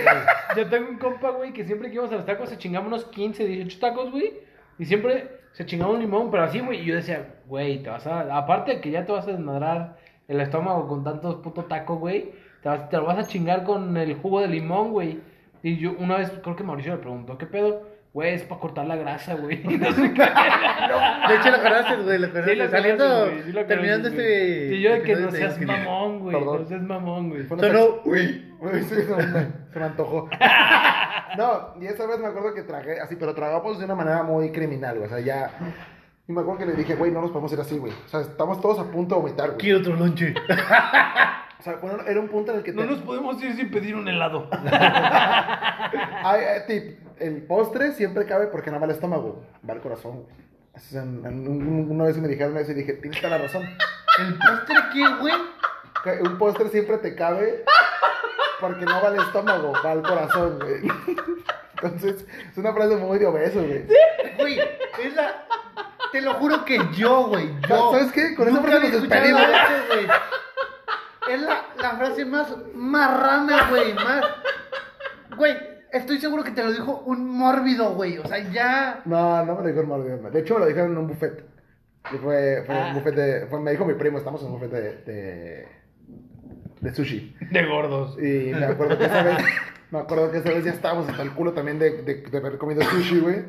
Yo tengo un compa, güey, que siempre que íbamos a los tacos se chingaba unos 15, 18 tacos, güey. Y siempre se chingaba un limón, pero así, güey. Y yo decía, güey, te vas a. Aparte de que ya te vas a desmadrar el estómago con tantos puto tacos, güey. Te, vas- te lo vas a chingar con el jugo de limón, güey. Y yo una vez, creo que Mauricio me preguntó, ¿qué pedo? Güey, es para cortar la grasa, güey. Y no sé qué. De hecho, lo conoces, güey, lo conoces. Sí lo Saliendo, conoces, güey, sí lo terminando conoces, güey. este... Y yo de que episodio no te seas dije que- mamón, güey. Perdón. No seas mamón, güey. Fue una Sonó, uy. Güey, sí, se me, se me antojó. No, y esa vez me acuerdo que tragué así, pero tragamos de una manera muy criminal, güey. O sea, ya. Y me acuerdo que le dije, güey, no nos podemos ir así, güey. O sea, estamos todos a punto de vomitar, güey. Quiero otro lonche. O sea, bueno, era un punto en el que. No te- nos podemos ir sin pedir un helado. Ay, ay, tip, el postre siempre cabe porque no va al estómago, va al corazón, güey. Así es, en- en- un- una vez me dijeron eso y dije, tienes toda la razón. ¿El postre qué, güey? Que Un postre siempre te cabe porque no va al estómago, va al corazón, güey. Entonces, es una frase muy de obeso, güey. Güey, es la... Te lo juro que yo, güey, yo. ¿Sabes qué? Con esa nunca frase había nos escuchado despedimos. eso, güey. Es la, la frase más marrana, güey, más... Güey, estoy seguro que te lo dijo un mórbido, güey. O sea, ya... No, no me lo dijo el Mario Dios. De hecho, me lo dijeron en un buffet. Y fue, fue Ah. un buffet de. fue- me dijo mi primo, estamos en un buffet de. de, de sushi. De gordos. Y me acuerdo que esa vez. Me acuerdo que esa vez ya estábamos hasta el culo también de, de, de haber comido sushi, güey.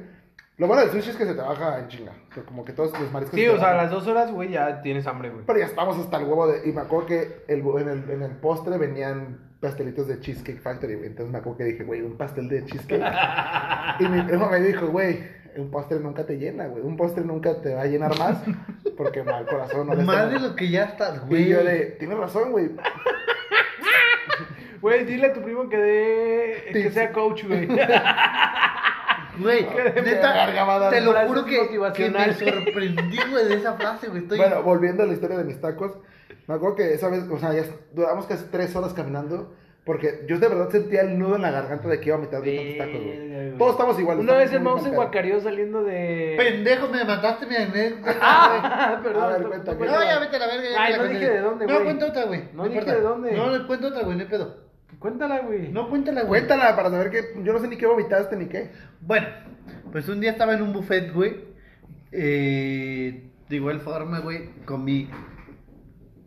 Lo bueno del sushi es que se te baja en chinga. que Como que todos los mariscos. Sí, se te o sea, a bajan. las dos horas, güey, ya tienes hambre, güey. Pero ya estábamos hasta el huevo de. Y me acuerdo que el, en, el, en el postre venían pastelitos de Cheesecake Factory, güey. Entonces me acuerdo que dije, güey, un pastel de cheesecake. Y mi primo me dijo, güey, un postre nunca te llena, güey. Un postre nunca te va a llenar más porque mal corazón no le Más está- de lo que ya estás, Y güey. yo de, tienes razón, güey. Güey, dile a tu primo que dé. que Tips. sea coach, güey. Güey, Qué verga, va a neta, dar te lo frases juro que, que me motivacionales. sorprendí, güey, de esa frase, güey. Estoy... Bueno, volviendo a la historia de mis tacos, me acuerdo que esa vez, o sea, ya duramos casi tres horas caminando porque yo de verdad sentía el nudo en la garganta de que iba a mitad de tantos tacos, Verga, güey. güey. Todos estamos iguales. Una estamos vez el muy mouse se mal pedo. guacareó saliendo de. Pendejo, me mataste mi anécdota, eh, Ah, perdón. A ver, tú- cuéntame. tú güey. cuéntala. No, ya vete a la verga. ya Ay, te la no conté. dije de dónde, No, güey. cuenta otra, güey. No dije importa. de dónde. No, le cuento otra, güey, no hay pedo. Cuéntala, güey. No, cuéntala, güey. Cuéntala para saber que yo no sé ni qué vomitaste ni qué. Bueno, pues un día estaba en un buffet, güey. Eh, de igual forma, güey, comí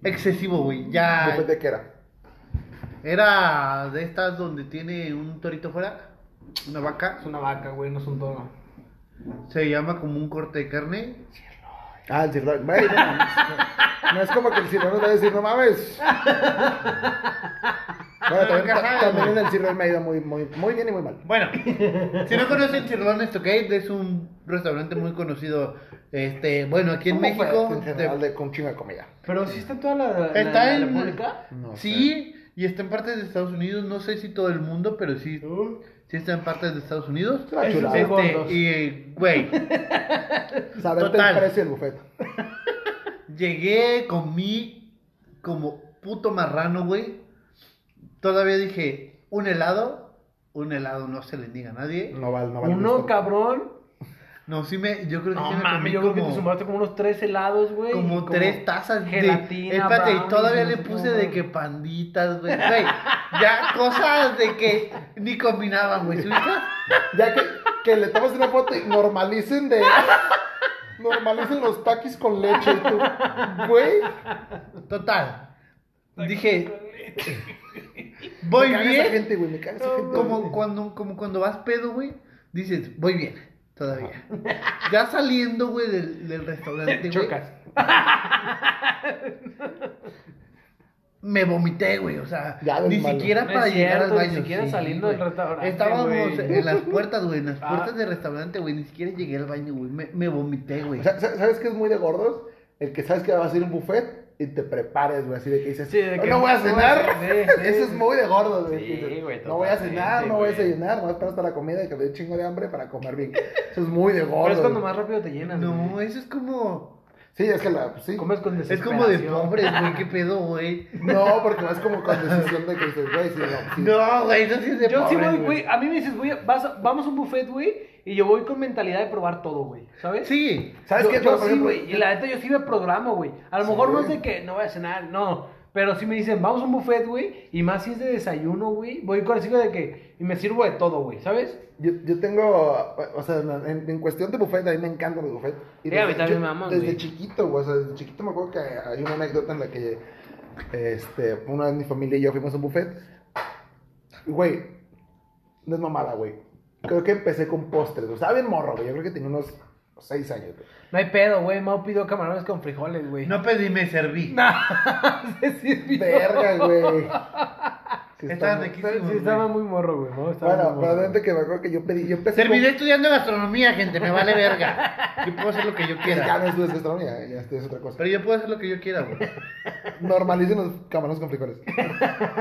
excesivo, güey. Ya Después de qué era. era de estas donde tiene un torito fuera, una vaca. Es una vaca, güey, no es un toro. Se llama como un corte de carne. Ah, el sirloin. Güey, no, mames. no, no es como que el sirloin te va a decir, no mames. Bueno, también, Nunca sabe, también en güey. el sirloin me ha ido muy, muy, muy bien y muy mal. Bueno, si no conocen Sirloin Stockade, es un restaurante muy conocido. Este, bueno, aquí en ¿Cómo fue México. En general, de, con chinga de comida. Pero sí está en toda la. la- Está la en- República. No sí, y está en partes de Estados Unidos. No sé si todo el mundo, pero sí, sí está en partes de Estados Unidos. Es una Es chulada. de Este, gordos. y, eh, güey, Saberte Total. el precio del buffet. llegué, comí como puto marrano, güey. Todavía dije, un helado, un helado no se le niega a nadie. No Ah, vale, no vale. Uno, gusto. cabrón. No, sí me, yo creo que No sí me comí mames, yo creo que como- te sumaste como unos tres helados, güey. como y tres tazas de gelatina, Espérate, y brownies, todavía no le sé qué puse mamá. de que panditas, güey. Güey, ya cosas de que ni combinaban, güey. ¿sí ubicas? Ya que, que le tomas una foto y normalicen de. Normalicen los taquis con leche. Y tú, güey. Total. Dije, voy me caga esa bien. gente, güey. Me caga esa gente. Como cuando, como cuando vas pedo, güey, dices, voy bien. Todavía. Ya saliendo, güey, del, del restaurante, güey. Chocas. Me vomité, güey, o sea, Ya del ni malo. siquiera No para es llegar al cierto, ni baño. siquiera saliendo güey. del restaurante, Estábamos güey. en las puertas, güey, en las Ah. puertas del restaurante, güey, ni siquiera llegué al baño, güey. Me, me vomité, güey. O sea, sa- ¿Sabes qué es muy de gordos? El que sabes que vas a ir a un buffet y te prepares, güey, así de que dices, Sí, de "Oh, que no voy a no, cenar. sí, sí, Eso es sí. muy de gordo, güey. Sí, Dices, güey, no voy a cenar, totalmente, no voy güey. a desayunar, no voy a esperar hasta la comida y que me dé chingo de hambre para comer bien. Eso es muy de gordo. Pero es cuando güey. más rápido te llenas. No, güey. eso es como. Sí, es que la, pues, sí. Comes con Es como de desesperación. pobres, güey. ¿Qué pedo, güey? No, porque vas como con decisión de que dices, güey, sí, no, sí. No, güey, eso sí es de Yo sí pobres, voy, güey. A mí me dices, güey, vas- vamos a un buffet, güey. Y yo voy con mentalidad de probar todo, güey. ¿Sabes? Sí. ¿Sabes yo, qué? yo Pero, por sí, ejemplo, güey. Y la neta, yo sí me programo, güey. A lo Sí, mejor no es güey. de que no voy a cenar, no. Pero si me dicen, vamos a un buffet, güey. Y más si es de desayuno, güey. Voy con el ciclo de que. Y me sirvo de todo, güey. ¿Sabes? Yo, yo tengo, o sea, en, en cuestión de buffet, a mí me encantan los buffets. Sí, a mí también me aman, desde güey. chiquito, güey, o sea, desde chiquito me acuerdo que hay una anécdota en la que, este, una vez mi familia y yo fuimos a un buffet. Güey, no es mamada, güey. Creo que empecé con postres, güey. estaba bien morro, güey, yo creo que tenía unos seis años, güey. No hay pedo, güey. Mau pidió camarones con frijoles, güey. No pedí, me serví. No, sí, sí, Verga, güey. Sí, Estaban está- aquí. Sí, estaba muy morro, güey. Mau estaba Bueno, muy pero morro, dentro que me acuerdo que yo pedí, yo empecé con- Terminé estudiando gastronomía, gente. Me vale verga. Yo puedo hacer lo que yo Ya quiera. no estudias gastronomía, eh, ya estudias otra cosa. Pero yo puedo hacer lo que yo quiera, güey. Normalicen los camarones con frijoles.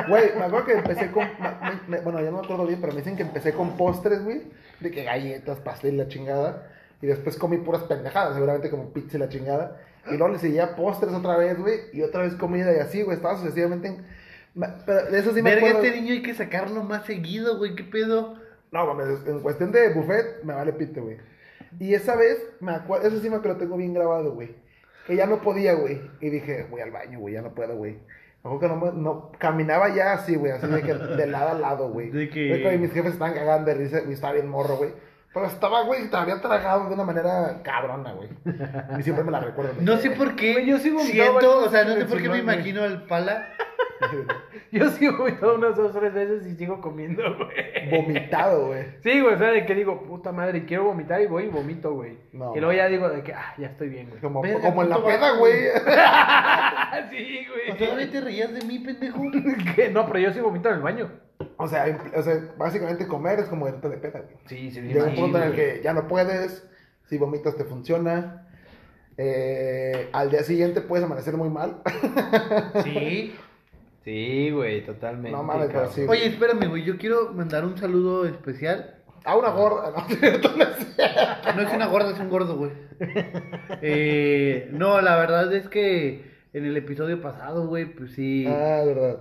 Güey, me acuerdo que empecé con. me- me- bueno, ya no me acuerdo bien, pero me dicen que empecé con postres, güey. De que galletas, pastel, la chingada. Y después comí puras pendejadas, seguramente como pizza y la chingada. Y luego le seguía postres otra vez, güey. Y otra vez comida y así, güey. Estaba sucesivamente en. me- Pero de eso sí me verga, acuerdo. este niño hay que sacarlo más seguido, güey. ¿Qué pedo? No, mames, en cuestión de buffet, me vale pito, güey. Y esa vez, me acuerdo, eso sí me acuerdo, lo tengo bien grabado, güey. Que ya no podía, güey. Y dije, voy al baño, güey, ya no puedo, güey. Me acuerdo que no, me- no- caminaba ya así, güey, así de que de lado a lado, güey. De que- Güey, güey, mis jefes estaban cagando de risa, güey, estaba bien morro, güey. Pero estaba, güey, te había tragado de una manera cabrona, güey. Y siempre me la recuerdo. güey. No sé por qué. Güey, yo sí vomitaba siento, varias o sea, veces no en sé el por qué me sillón, güey. imagino al pala. Yo sí he vomitado unas dos, tres veces y sigo comiendo, güey. Vomitado, güey. Sí, güey, o sea, de que digo, puta madre, quiero vomitar y voy y vomito, güey. No. y luego ya digo de que, ah, ya estoy bien, güey. Ah, Como, Verga, como en la puto peda, vato, güey. sí, O sea, ¿Todavía güey. te reías de mí, pendejo? Que No, pero yo sí vomito en el baño. O sea, en- o sea, básicamente comer es como irte de peda, güey. Sí, sí, Llega un punto en el güey. que ya no puedes, si vomitas te funciona. eh, al día siguiente puedes amanecer muy mal. Sí. Sí, güey, totalmente. No mames, pero cabrón. sí. Oye, espérame, güey. Yo quiero mandar un saludo especial. A una gorda, ¿no? Entonces, No es una gorda, es un gordo, güey. Eh, no, la verdad es que en el episodio pasado, güey, pues sí. Ah, verdad.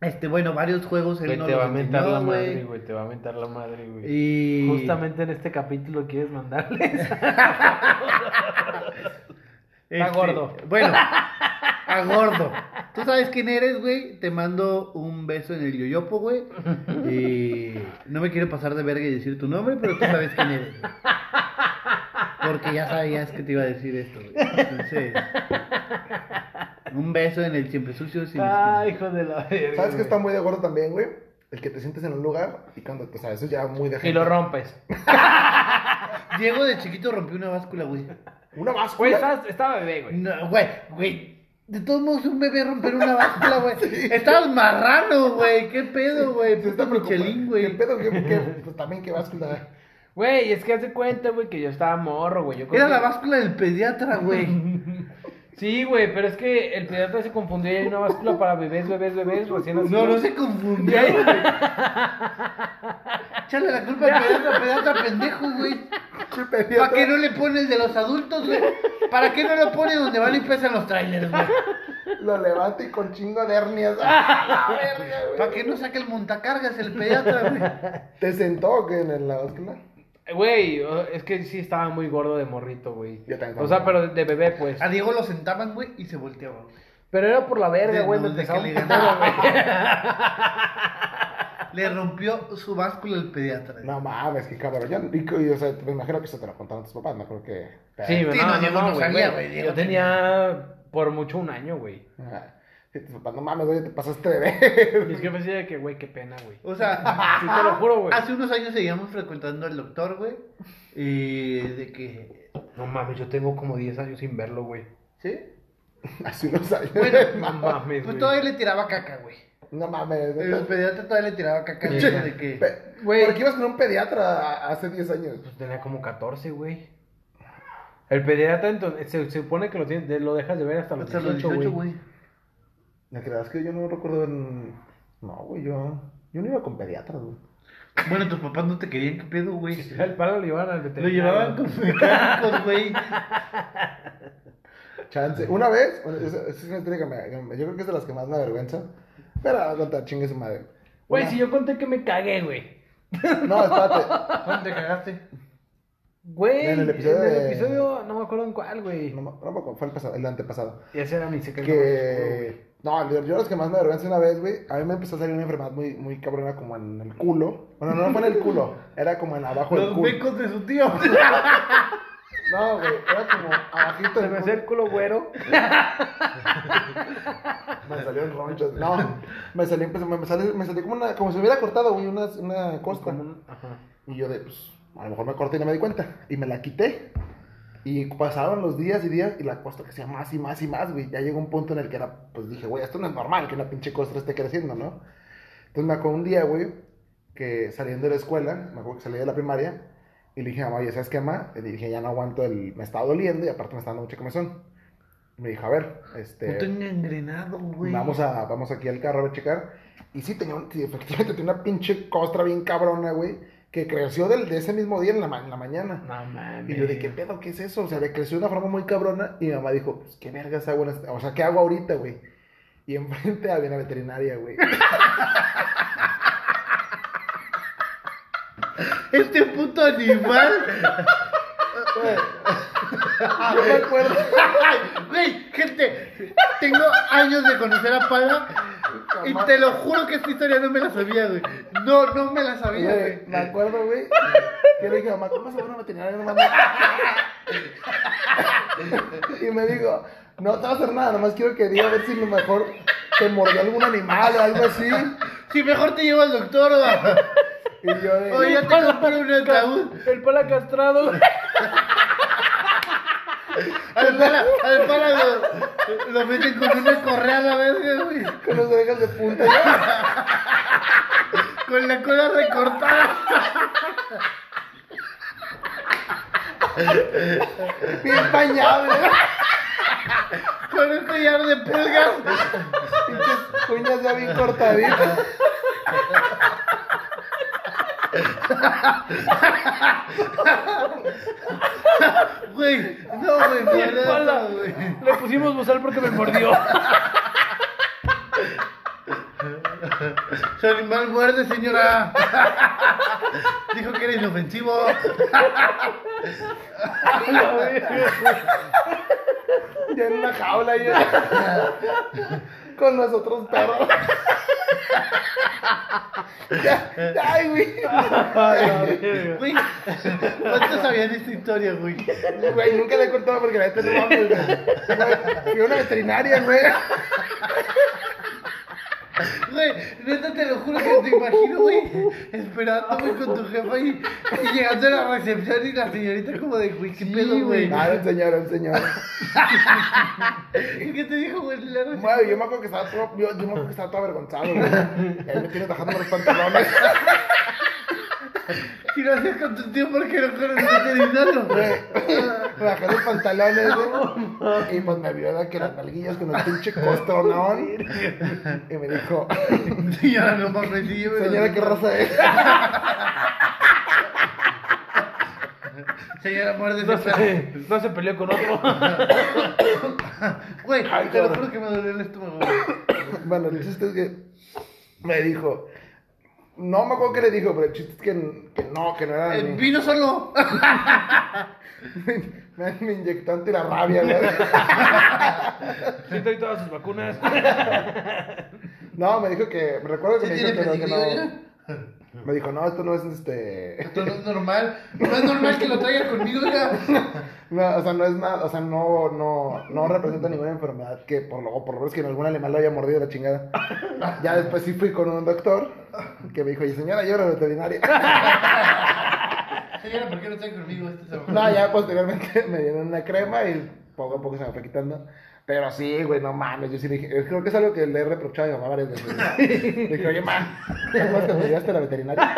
Este, bueno, varios juegos él Güey, no te va a los mentar enseñó, la madre, güey. güey, te va a mentar la madre, güey. Y Justamente en este capítulo quieres mandarles. Este, A gordo. Bueno, a gordo. Tú sabes quién eres, güey. Te mando un beso en el yoyopo, güey. Y no me quiero pasar de verga y decir tu nombre, pero tú sabes quién eres. güey. Porque ya sabías que te iba a decir esto, güey. Entonces, un beso en el siempre sucio. sin ah, esquina. hijo de la verga. ¿Sabes que güey. está muy de gordo también, güey? El que te sientes en un lugar y cuando, o sea, eso ya muy de Y gente. lo rompes. Diego de chiquito rompió una báscula, güey. Una Güey, báscula. estaba, estaba bebé, güey. No, güey, güey. De todos modos, un bebé romper una báscula, güey. Estás marrano, güey. ¿Qué pedo, güey? Se está Puto preocupando. Michelin, güey. ¿Qué pedo? ¿Qué, qué- pues también qué báscula. Güey, es que hace cuenta, güey, que yo estaba morro, güey. Yo creo Era que- la báscula del pediatra, güey. Sí, güey, pero es que el pediatra se confundió y hay una báscula para bebés, bebés, bebés, recién nacidos. No, no se confundió. Ya, ya. güey. Échale la culpa al pediatra, pediatra pendejo, güey. ¿Para qué no le pones de los adultos, güey? ¿Para qué no lo pone donde van y pesan los trailers, güey? Lo levanta y con chingo de hernias. ¡Ah, la verga, güey! ¿Para qué no saca el montacargas el pediatra, güey? ¿Te sentó que en la báscula? Güey, o- es que sí estaba muy gordo de morrito, güey. Yo también. O sea, pero de bebé, pues. A Diego lo sentaban, güey, y se volteaba. güey. Pero era por la verga, De- güey, no, me de pesaba que un le putero, ganaba. güey. Le rompió su báscula el pediatra. güey. No mames, qué cabrón. Yo, y, y, o sea, me imagino que eso te lo contaron tus papás, no creo que. Sí, no, Diego no sabía, güey, Diego Yo tenía por mucho un año, güey. Ah, sí, tus papás, no mames, güey, te pasaste de ver. Y es que me decía de que, güey, qué pena, güey. O sea, Sí, te lo juro, güey. hace unos años seguíamos frecuentando al doctor, güey. Y de que. No mames, yo tengo como 10 años sin verlo, güey. ¿Sí? Hace unos años. No Bueno, mames, pues güey. todavía le tiraba caca, güey. No mames. El entonces- pediatra todavía le tiraba caca, Sí. güey, de que. Pe- Güey. ¿Por qué ibas con un pediatra hace 10 años? Pues tenía como 14, güey. El pediatra entonces, se, se supone que lo, tiene- lo dejas de ver hasta los Hasta los 18, 18, güey. güey. ¿Me creas que yo no recuerdo en... No, güey, yo... Yo no iba con pediatras, güey. Bueno, tus papás no te querían, ¿qué pedo, güey? Al palo lo llevaban al Lo veterinario. llevaban con mecánicos, güey. Chance. Una vez, bueno, esa, esa es una historia que me- yo creo que es de las que más me avergüenza. Pero aguanta, chingue su madre. Güey, Una- si yo conté que me cagué, güey. No, espérate. ¿Dónde te cagaste? Güey, En en el el episodio de- episodio, no me acuerdo en cuál, güey. No, me- no me acuerdo, fue el, pasado, el antepasado. Y ese era mi secreto. más oscuro, güey. Que. No, yo, yo las que más me avergüenza una vez, güey. A mí me empezó a salir una enfermedad muy, muy cabrona, como en el culo. Bueno, no fue en el culo, era como en abajo del Los culo. huecos de su tío. No, güey, era como abajito Se del me hacía el culo. culo güero. Me salieron ronchas. No, me salió, empezó- me salió, me salió como una. Como si me hubiera cortado, güey, una, una costa. Como un- Ajá. Y yo de, pues, a lo mejor me corté y no me di cuenta. Y me la quité. Y pasaron los días y días y la costa crecía más y más y más, güey. Ya llegó un punto en el que era, pues dije, güey, esto no es normal que una pinche costra esté creciendo, ¿no? Entonces me acuerdo un día, güey, que saliendo de la escuela, me acuerdo que salí de la primaria, y le dije a mamá, oye, ¿sabes qué, mamá? Le dije, ya no aguanto el... Me estaba doliendo y aparte me está dando mucha comezón. Me dijo, a ver, este... Puto engangrenado, güey. Vamos, a, vamos aquí al carro a checar. Y sí, tenía, un- sí, efectivamente tenía una pinche costra bien cabrona, güey, que creció del, de ese mismo día en la, ma- en la mañana. No mames. Y yo de qué pedo, ¿qué es eso? O sea, le creció de una forma muy cabrona. Y mi mamá dijo, pues, ¿qué vergas hago? en este- O sea, ¿qué hago ahorita, güey? Y enfrente había una veterinaria, güey. Este puto animal. Yo me acuerdo. Ay, Güey, gente, tengo años de conocer a Pala. Y te lo juro que esta historia no me la sabía, güey. No, no me la sabía, Güey, güey. me acuerdo, güey. Yo le dije, mamá, ¿cómo se va a una veterinaria? No mames. y me dijo, no te va a hacer nada, nomás quiero que diga a ver si lo mejor te mordió algún animal o algo así. Si mejor te llevo al doctor, güey. Y yo de, Oye, ya te compré un ataúd. El pala castrado, güey. Al pala, al pala lo, lo meten con una correa a la verga, güey. con las orejas de punta. Con la cola recortada. Bien bañado, güey. Con un collar de pulgas. Pinches uñas ya bien cortaditas. Güey, no, güey, Y mierda, el pala. no, güey. Le pusimos bozal porque me mordió. Su animal muerde, señora. Dijo que era inofensivo. Ya en una jaula, ya. Con nosotros perros. Ya, ya, ay, güey. Güey, ¿cuántos sabían esta historia, güey? Güey, nunca le he cortado porque la neta no mames, güey. Güey, Fui a una veterinaria, güey. Güey, neta te lo juro que te imagino, güey, esperando, güey, con tu jefa y, y llegando a la recepción y la señorita como de, güey, qué pedo, güey. Ah, era un señor, era un señor. ¿Y ¿Qué te dijo, güey? La recepción? Güey, yo me acuerdo que estaba todo, yo, yo me acuerdo que estaba todo avergonzado, güey. Y ahí me tiene bajando los pantalones. Si lo haces con tu tío, ¿por qué no conoces el dinero? Me bajé los pantalones, güey. Y pues me vio la que las nalguillas con el pinche costronón. Y me dijo, Señora, no mames, sí, yo me lo señora, digo. ¿qué raza es? Señora, muerde No ese se, no se peleó con otro. perro. Güey, te lo juro que me dolió el estómago, güey. Bueno, el chiste es que me dijo, no me acuerdo qué le dijo, pero el chiste es que, que no, que no era... Eh, ni- Vino solo. Me, me inyectó ante la rabia, güey. Sí, trae todas sus vacunas. No, me dijo que. Me recuerdo que ¿Sí tiene me dijo que no, que pedigrí, no. Me dijo, no, esto no es este. Esto no es normal. No es normal que lo traiga conmigo, oiga. no, o sea, no es nada. O sea, no, no, no representa ninguna enfermedad que por lo, o por lo menos que en algún animal lo haya mordido la chingada. Ya después sí fui con un doctor que me dijo, y señora, yo era veterinaria. Señora, ¿por qué lo trae conmigo? Este es el- No, ya posteriormente me dieron una crema y poco a poco se me fue quitando. Pero sí, güey, no mames. Yo sí le dije, creo que es algo que le he reprochado a mi mamá varias veces. Le dije, oye, ma, ¿te acuerdas que me llevaste a la veterinaria?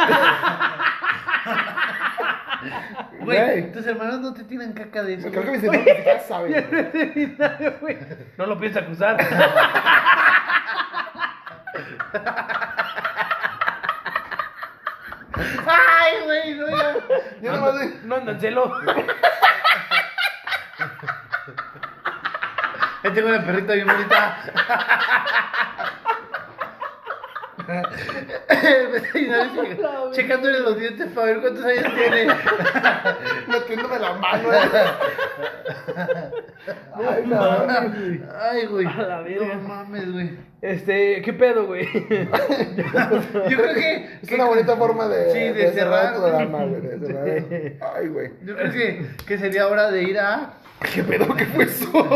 Güey, tus hermanos no te tiran caca de eso. Creo que güey. mis hermanos ni siquiera saben. güey. Güey, no lo pienso acusar. Ay, güey, no, ya. Yo nomás de- No andan celo. Ahí tengo una perrita bien bonita. El veterinario che- Checándole los dientes para ver cuántos años tiene. metiéndome la mano. güey. Ay, no. Ay, güey. A la verga. No mames, güey. Este, ¿qué pedo, güey? Yo creo que. Es que- una bonita forma de, Sí, de de cerrar cerrar, tu güey. alma, güey. de cerrar. Ay, güey. Yo creo que, que sería hora de ir a. ¿Qué pedo que fue eso? Un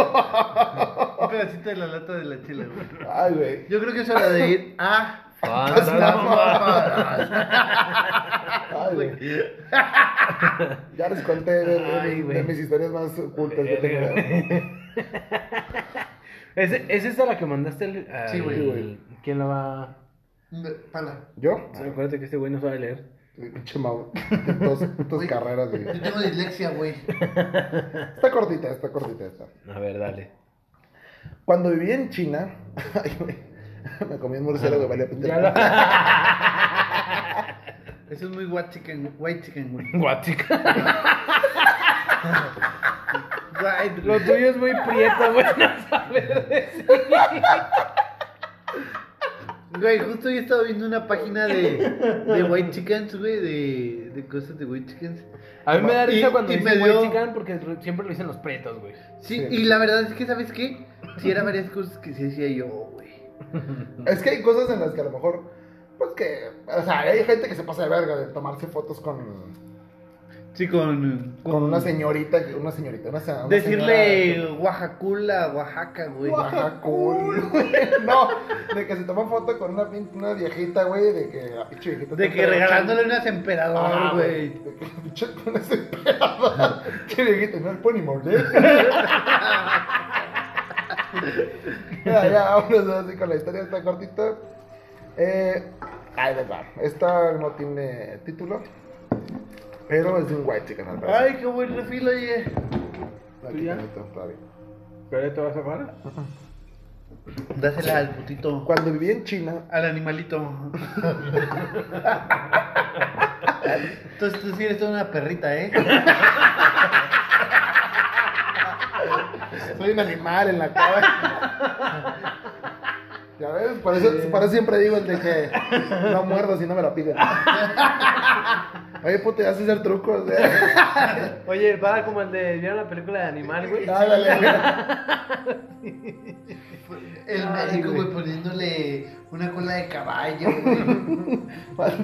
pedacito de la lata de la chela, güey. Ay, güey. Yo creo que es hora de ir a. Ah, Ay, güey. Ya les conté de, de- Ay, de güey. mis historias más ocultas que tengo. ¿Es, ¿Es esta la que mandaste al, al- Sí, güey. ¿Quién la va? Pala. ¿Yo? Acuérdate que este güey no sabe leer. Pinche mamón. Dos, dos carreras, güey. Yo tengo dislexia, güey. Está cortita, está cortita esta. A ver, dale. Cuando viví en China, ay, güey, me comí un murciélago que valía Ya pintero. la... Eso es muy white chicken, white chicken, güey. Guatica. White, Lo güey. tuyo es muy prieto, güey. No sabes decir. Güey, justo yo estaba viendo una página de, de white chickens, güey, de, de cosas de white chickens. A mí me da Y- risa cuando y me dicen dio- white chican porque siempre lo dicen los prietos, güey. Sí, Sí. y la verdad es que, ¿sabes qué? Sí, era varias cosas que sí decía yo, güey. Es que hay cosas en las que a lo mejor, pues que, o sea, hay gente que se pasa de verga de tomarse fotos con, Sí, con. con una señorita, que- una señorita, una, se- una Decirle Oaxacula, Oaxaca, güey. señora- Oaxaca, cool, güey. No, de que se toma foto con una, pin- una viejita, güey, de que la pinche viejita De está que pedocha. regalándole unas Ah, emperador, güey. güey. De que la pinche con ese pedo. Che, viejita, no le puedo ni moler. ya, ya, vámonos así con la historia, está cortita. Eh, ahí les va. Esta no tiene título, pero es de un white chicken al parecer. Ay, qué buen refil, oye. Aquí ya. tengo esto, todavía. ¿Pero te vas a parar? Dásela al putito. Cuando viví en China, Al animalito. Entonces tú sí eres toda una perrita, ¿eh? soy un animal en la cama. Ya ves, por eso, por eso siempre digo el de que no muerdo si no me la piden. Oye, puto, ya sé hacer trucos. eh. Oye, para como el de. ¿Vieron la película de animal, güey? Ah, Ándale. El Ay, médico, güey. güey, poniéndole una cola de caballo, güey.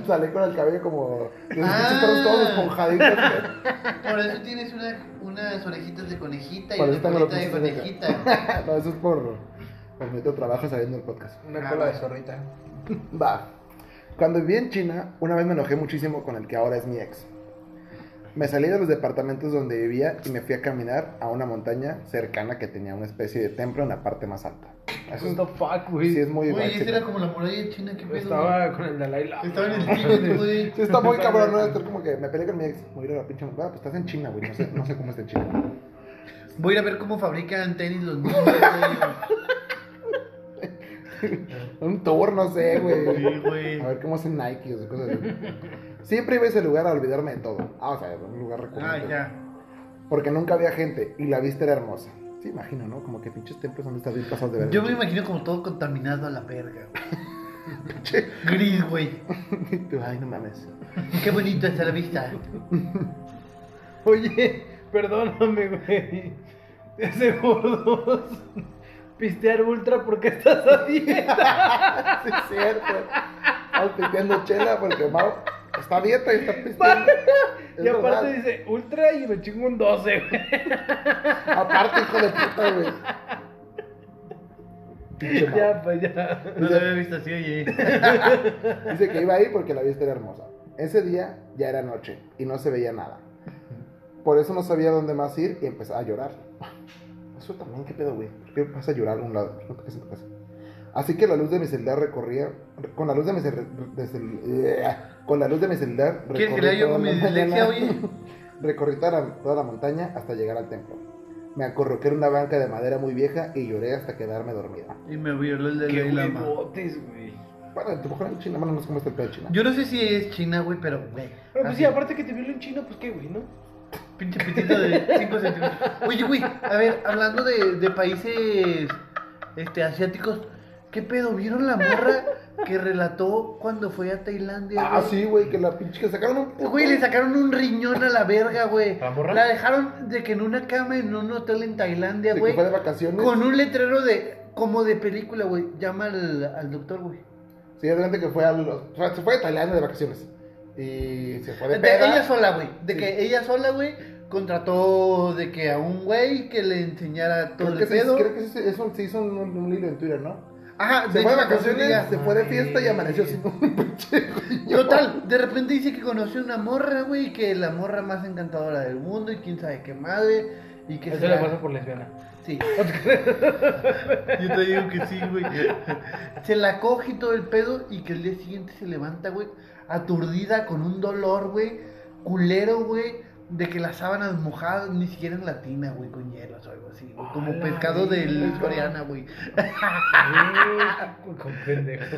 Salí con el cabello como. Los Ah. pinches perros todos esponjaditos. ¿eh? güey. Por eso tienes una- unas orejitas de conejita y Por una eso tengo los colita de pinches de conejita. No, eso es por. Por mi otro trabajo sabiendo el podcast. Una cola de zorrita. Va. Cuando viví en China, una vez me enojé muchísimo con el que ahora es mi ex. Me salí de los departamentos donde vivía y me fui a caminar a una montaña cercana que tenía una especie de templo en la parte más alta. Eso What the es, fuck, güey. sí, es muy Güey, guay, esa sí. era como la muralla china, qué pedo. Estaba con el Dalai Lama. güey. Estaba en el Tíbet, güey. Sí, está muy cabrón, ¿no? Estar como que me peleé con mi ex. Voy a ir a la pinche. Bueno, pues estás en China, güey. No sé, no sé cómo está en China. Voy a ir a ver cómo fabrican tenis los niños, güey. Un tour, no sé, güey. Sí, güey. A ver cómo hacen Nike o cosas así. Siempre iba a ese lugar a olvidarme de todo. Ah, o sea, era un lugar Ah, recurrente. ya. Porque nunca había gente y la vista era hermosa. Sí, imagino, ¿no? Como que pinches templos donde estás bien pasados de verga. Yo me imagino como todo contaminado a la verga, güey. Gris, güey. Y tú, Ay, no mames. Qué bonito está la vista. Oye, perdóname, güey. Ese gordo. Pistear ultra porque estás a dieta. Sí, es cierto. Estamos pisteando chela porque Mau está a dieta y está pisteando. Es Y aparte verdad. dice ultra y me chingo un 12, güey. Aparte, hijo de puta, güey. Pinche Mau. Ya, pues ya. No la había visto así, oye. Dice que iba ahí porque la vista era hermosa. Ese día ya era noche y no se veía nada. Por eso no sabía dónde más ir y empezaba a llorar. Eso también, qué pedo, güey. ¿Por ¿Qué vas a llorar a un lado? No toques en tu casa. Así que la luz de mi celular recorría. Con la luz de mi celular. con la luz de mi celular. ¿Quieres que recorrí lea yo toda con mi la mañana. dislexia, oye? Recorrí toda la, toda la montaña hasta llegar al templo. Me acorroqué en una banca de madera muy vieja y lloré hasta quedarme dormida. Y me violó el de Qué Dalai Lama. huevotes, güey. Bueno, tu mujer en China, bueno, no sé cómo está el pedo de China. Yo no sé si es China, güey, pero, güey. Pero pues así, sí, aparte que te viola un chino, pues qué, güey, ¿no? Pinche pitito de 5 centímetros. Oye, güey, a ver, hablando de, de países este, asiáticos, ¿qué pedo? ¿Vieron la morra que relató cuando fue a Tailandia? Ah, güey? sí, güey, que la pinche que sacaron un puto- Güey, le sacaron un riñón a la verga, güey. ¿La morra? dejaron de que en una cama en un hotel en Tailandia, de que güey. fue de vacaciones. Con un letrero de como de película, güey. Llama al, al doctor, güey. Sí, adelante que fue a los... Se fue de Tailandia de vacaciones. Y se fue de De peda. ella sola, güey. De Sí. que ella sola, güey, contrató de que a un güey que le enseñara todo Creo el que, sí, pedo. creo que sí, es un, sí hizo un, un, un hilo en Twitter, ¿no? Ajá, Se de fue de hecho, vacaciones, ya- se fue de fiesta y amaneció sin un pinche riñón. Total, de repente dice que conoció una morra, güey, y que la morra más encantadora del mundo y quién sabe qué madre. Y que Eso se le la- pasa por lesbiana. Sí. Yo te digo que sí, güey. Se la coge y todo el pedo y que el día siguiente se levanta, güey, aturdida con un dolor, güey, culero, güey, de que las sábanas mojadas ni siquiera en latina, güey, con hielos o algo así, güey, A como la pescado del verga. Soriana, güey. Güey, Con pendejo.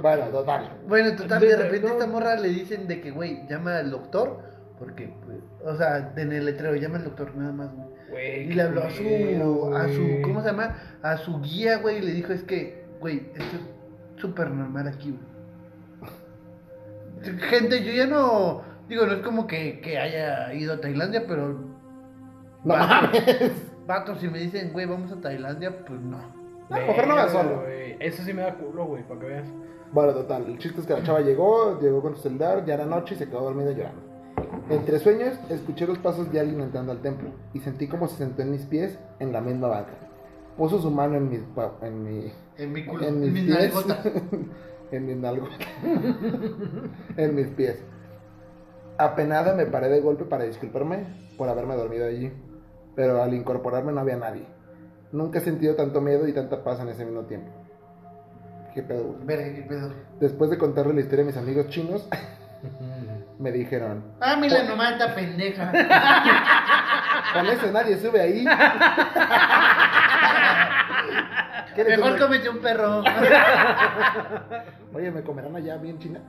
Bueno, total. Bueno, total, de De- repente no. esta morra le dicen de que, güey, llama al doctor, porque, pues, o sea, en el letrero, llama al doctor nada más, güey. Güey, Y le habló a su, a su, Eh. güey. ¿cómo se llama? A su guía, güey, y le dijo, es que, güey, esto es súper normal aquí, güey. Gente, yo ya no, digo, no es como que, que haya ido a Tailandia, pero No mames. vatos, si me dicen, güey, vamos a Tailandia, pues no. No, mujer no va Verga, solo. güey. Eso sí me da culo, güey, para que veas. Bueno, total, el chiste es que la chava llegó, llegó con su celular, ya era noche y se quedó dormida llorando. Entre sueños, escuché los pasos de alguien entrando al templo y sentí como se sentó en mis pies en la misma banca. Puso su mano en mi, pa- en mi, En mi culo, en en mis mis pies, nalgotas. en mis nalgotas, en mis pies. Apenada me paré de golpe para disculparme por haberme dormido allí, pero al incorporarme no había nadie. Nunca he sentido tanto miedo y tanta paz en ese mismo tiempo. Qué pedo. güey. Verga, qué pedo. Después de contarle la historia a mis amigos chinos, me dijeron, Ah, mira nomás esta pendeja. con eso nadie sube ahí. ¿Quieres Mejor una- comete un perro. Oye, ¿me comerán allá bien china?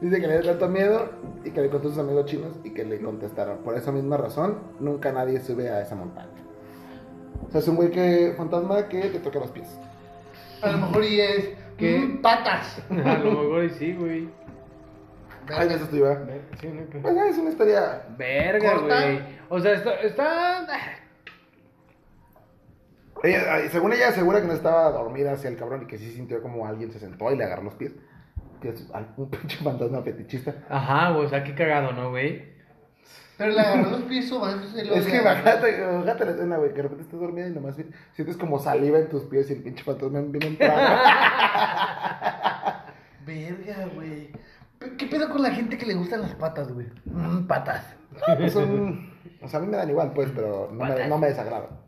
Dice que le dio tanto miedo y que le contó a sus amigos chinos y que le contestaron. Por esa misma razón, nunca nadie sube a esa montaña. O sea, es un güey que, fantasma que te toca los pies. A lo mejor y es ¿Qué? mm, patas. A lo mejor y sí, güey. Ay, eso estoy va. Ver- sí, no hay pedo. Pues ah, es una historia. Verga, Corta. güey. O sea, está, está. Ella- ay, según ella asegura que no estaba dormida hacia el cabrón y que sí sintió como alguien se sentó y le agarró los pies. Que es un pinche fantasma fetichista. Ajá, güey, o sea, qué cagado, ¿no, güey? Pero le agarró los pies sobándose Es que bajate, bajate la escena, güey, que de repente estás dormida y nomás vi- sientes como saliva en tus pies y el pinche fantasma viene a entrar. Verga, güey. Pe- ¿Qué pedo con la gente que le gustan las patas, güey? Mm, patas. Es un- O sea, a mí me dan igual, pues, pero no me, no me desagrada.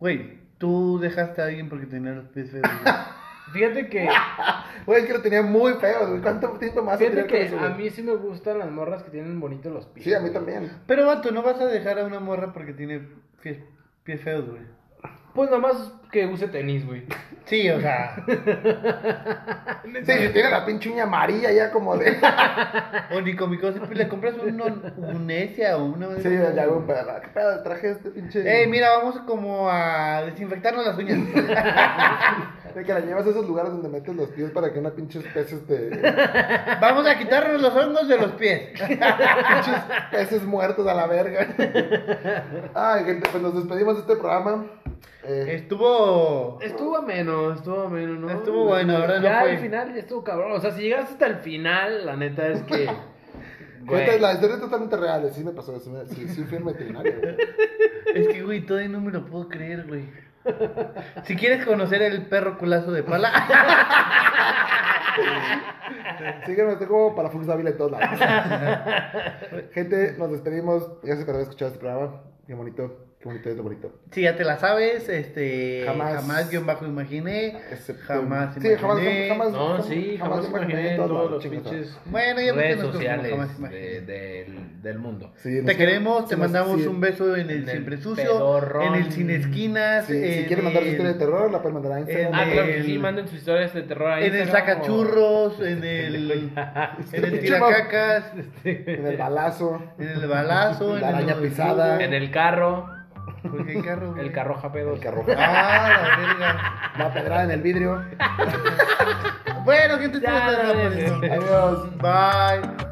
Güey, tú dejaste a alguien porque tenía los pies feos. Fíjate que. Ah, Güey, es que lo tenía muy feo, güey. ¿Cuánto tiempo más? Fíjate tenía con que eso, a güey? mí sí me gustan las morras que tienen bonitos los pies. Sí, a mí güey. también. Pero, vato, no vas a dejar a una morra porque tiene pies, pies feos, güey. Pues nomás que use tenis, güey. Sí, o sea. Sí, tiene la pinche uña amarilla ya como de... o ni con mi cosa, pues le compras un, un S o una. Sí, ya, güey, pero, ¿qué pedo? Traje este pinche... Ey, mira, vamos como a desinfectarnos las uñas. De que la llevas a esos lugares donde metes los pies para que una pinche peces te... Vamos a quitarnos los hongos de los pies. pinches peces muertos a la verga. Ay, gente, pues nos despedimos de este programa. Eh, Estuvo. Estuvo ameno, estuvo ameno, ¿no? Estuvo bueno, ahora no Ya fue. al final ya estuvo cabrón. O sea, si llegas hasta el final, la neta es que. güey. Gente, la historia es totalmente real, sí me pasó, sí, me- sí, sí fui al veterinario. güey. Es que, güey, todavía no me lo puedo creer, güey. Si quieres conocer el perro culazo de pala, Sígueme, estoy como para Fux Dávila en todos lados. Gente, nos despedimos. Gracias por haber escuchado este programa. Qué bonito. Qué bonito es lo bonito. Sí, ya te la sabes, este... Jamás. Jamás guión bajo imaginé. Excepto- Jamás Sí, jamás, imaginé. jamás, No, sí, jamás, jamás imaginé todo, todos los chingas, pinches Bueno, ya redes no nos sociales jamás imaginé. de- del- del mundo. Sí, nos- Te queremos, te sí, mandamos sí. un beso en el En el siempre sucio, pedorrón. en el sin esquinas, Sí, en si quieren mandar su el- historia de terror, la pueden mandar a Instagram. Ah, claro que el- sí, manden sus historias de terror ahí. en el sacachurros, en el, en el tiracacas, En el balazo. en el balazo, en La el araña nudo de pisada. jugo. En el carro. Porque el carro, güey. El carro japedo. El carro. Ah, la verga. La pedrada en el vidrio. Bueno, gente, Ya, te no, no, no. Adiós. pues. Bye.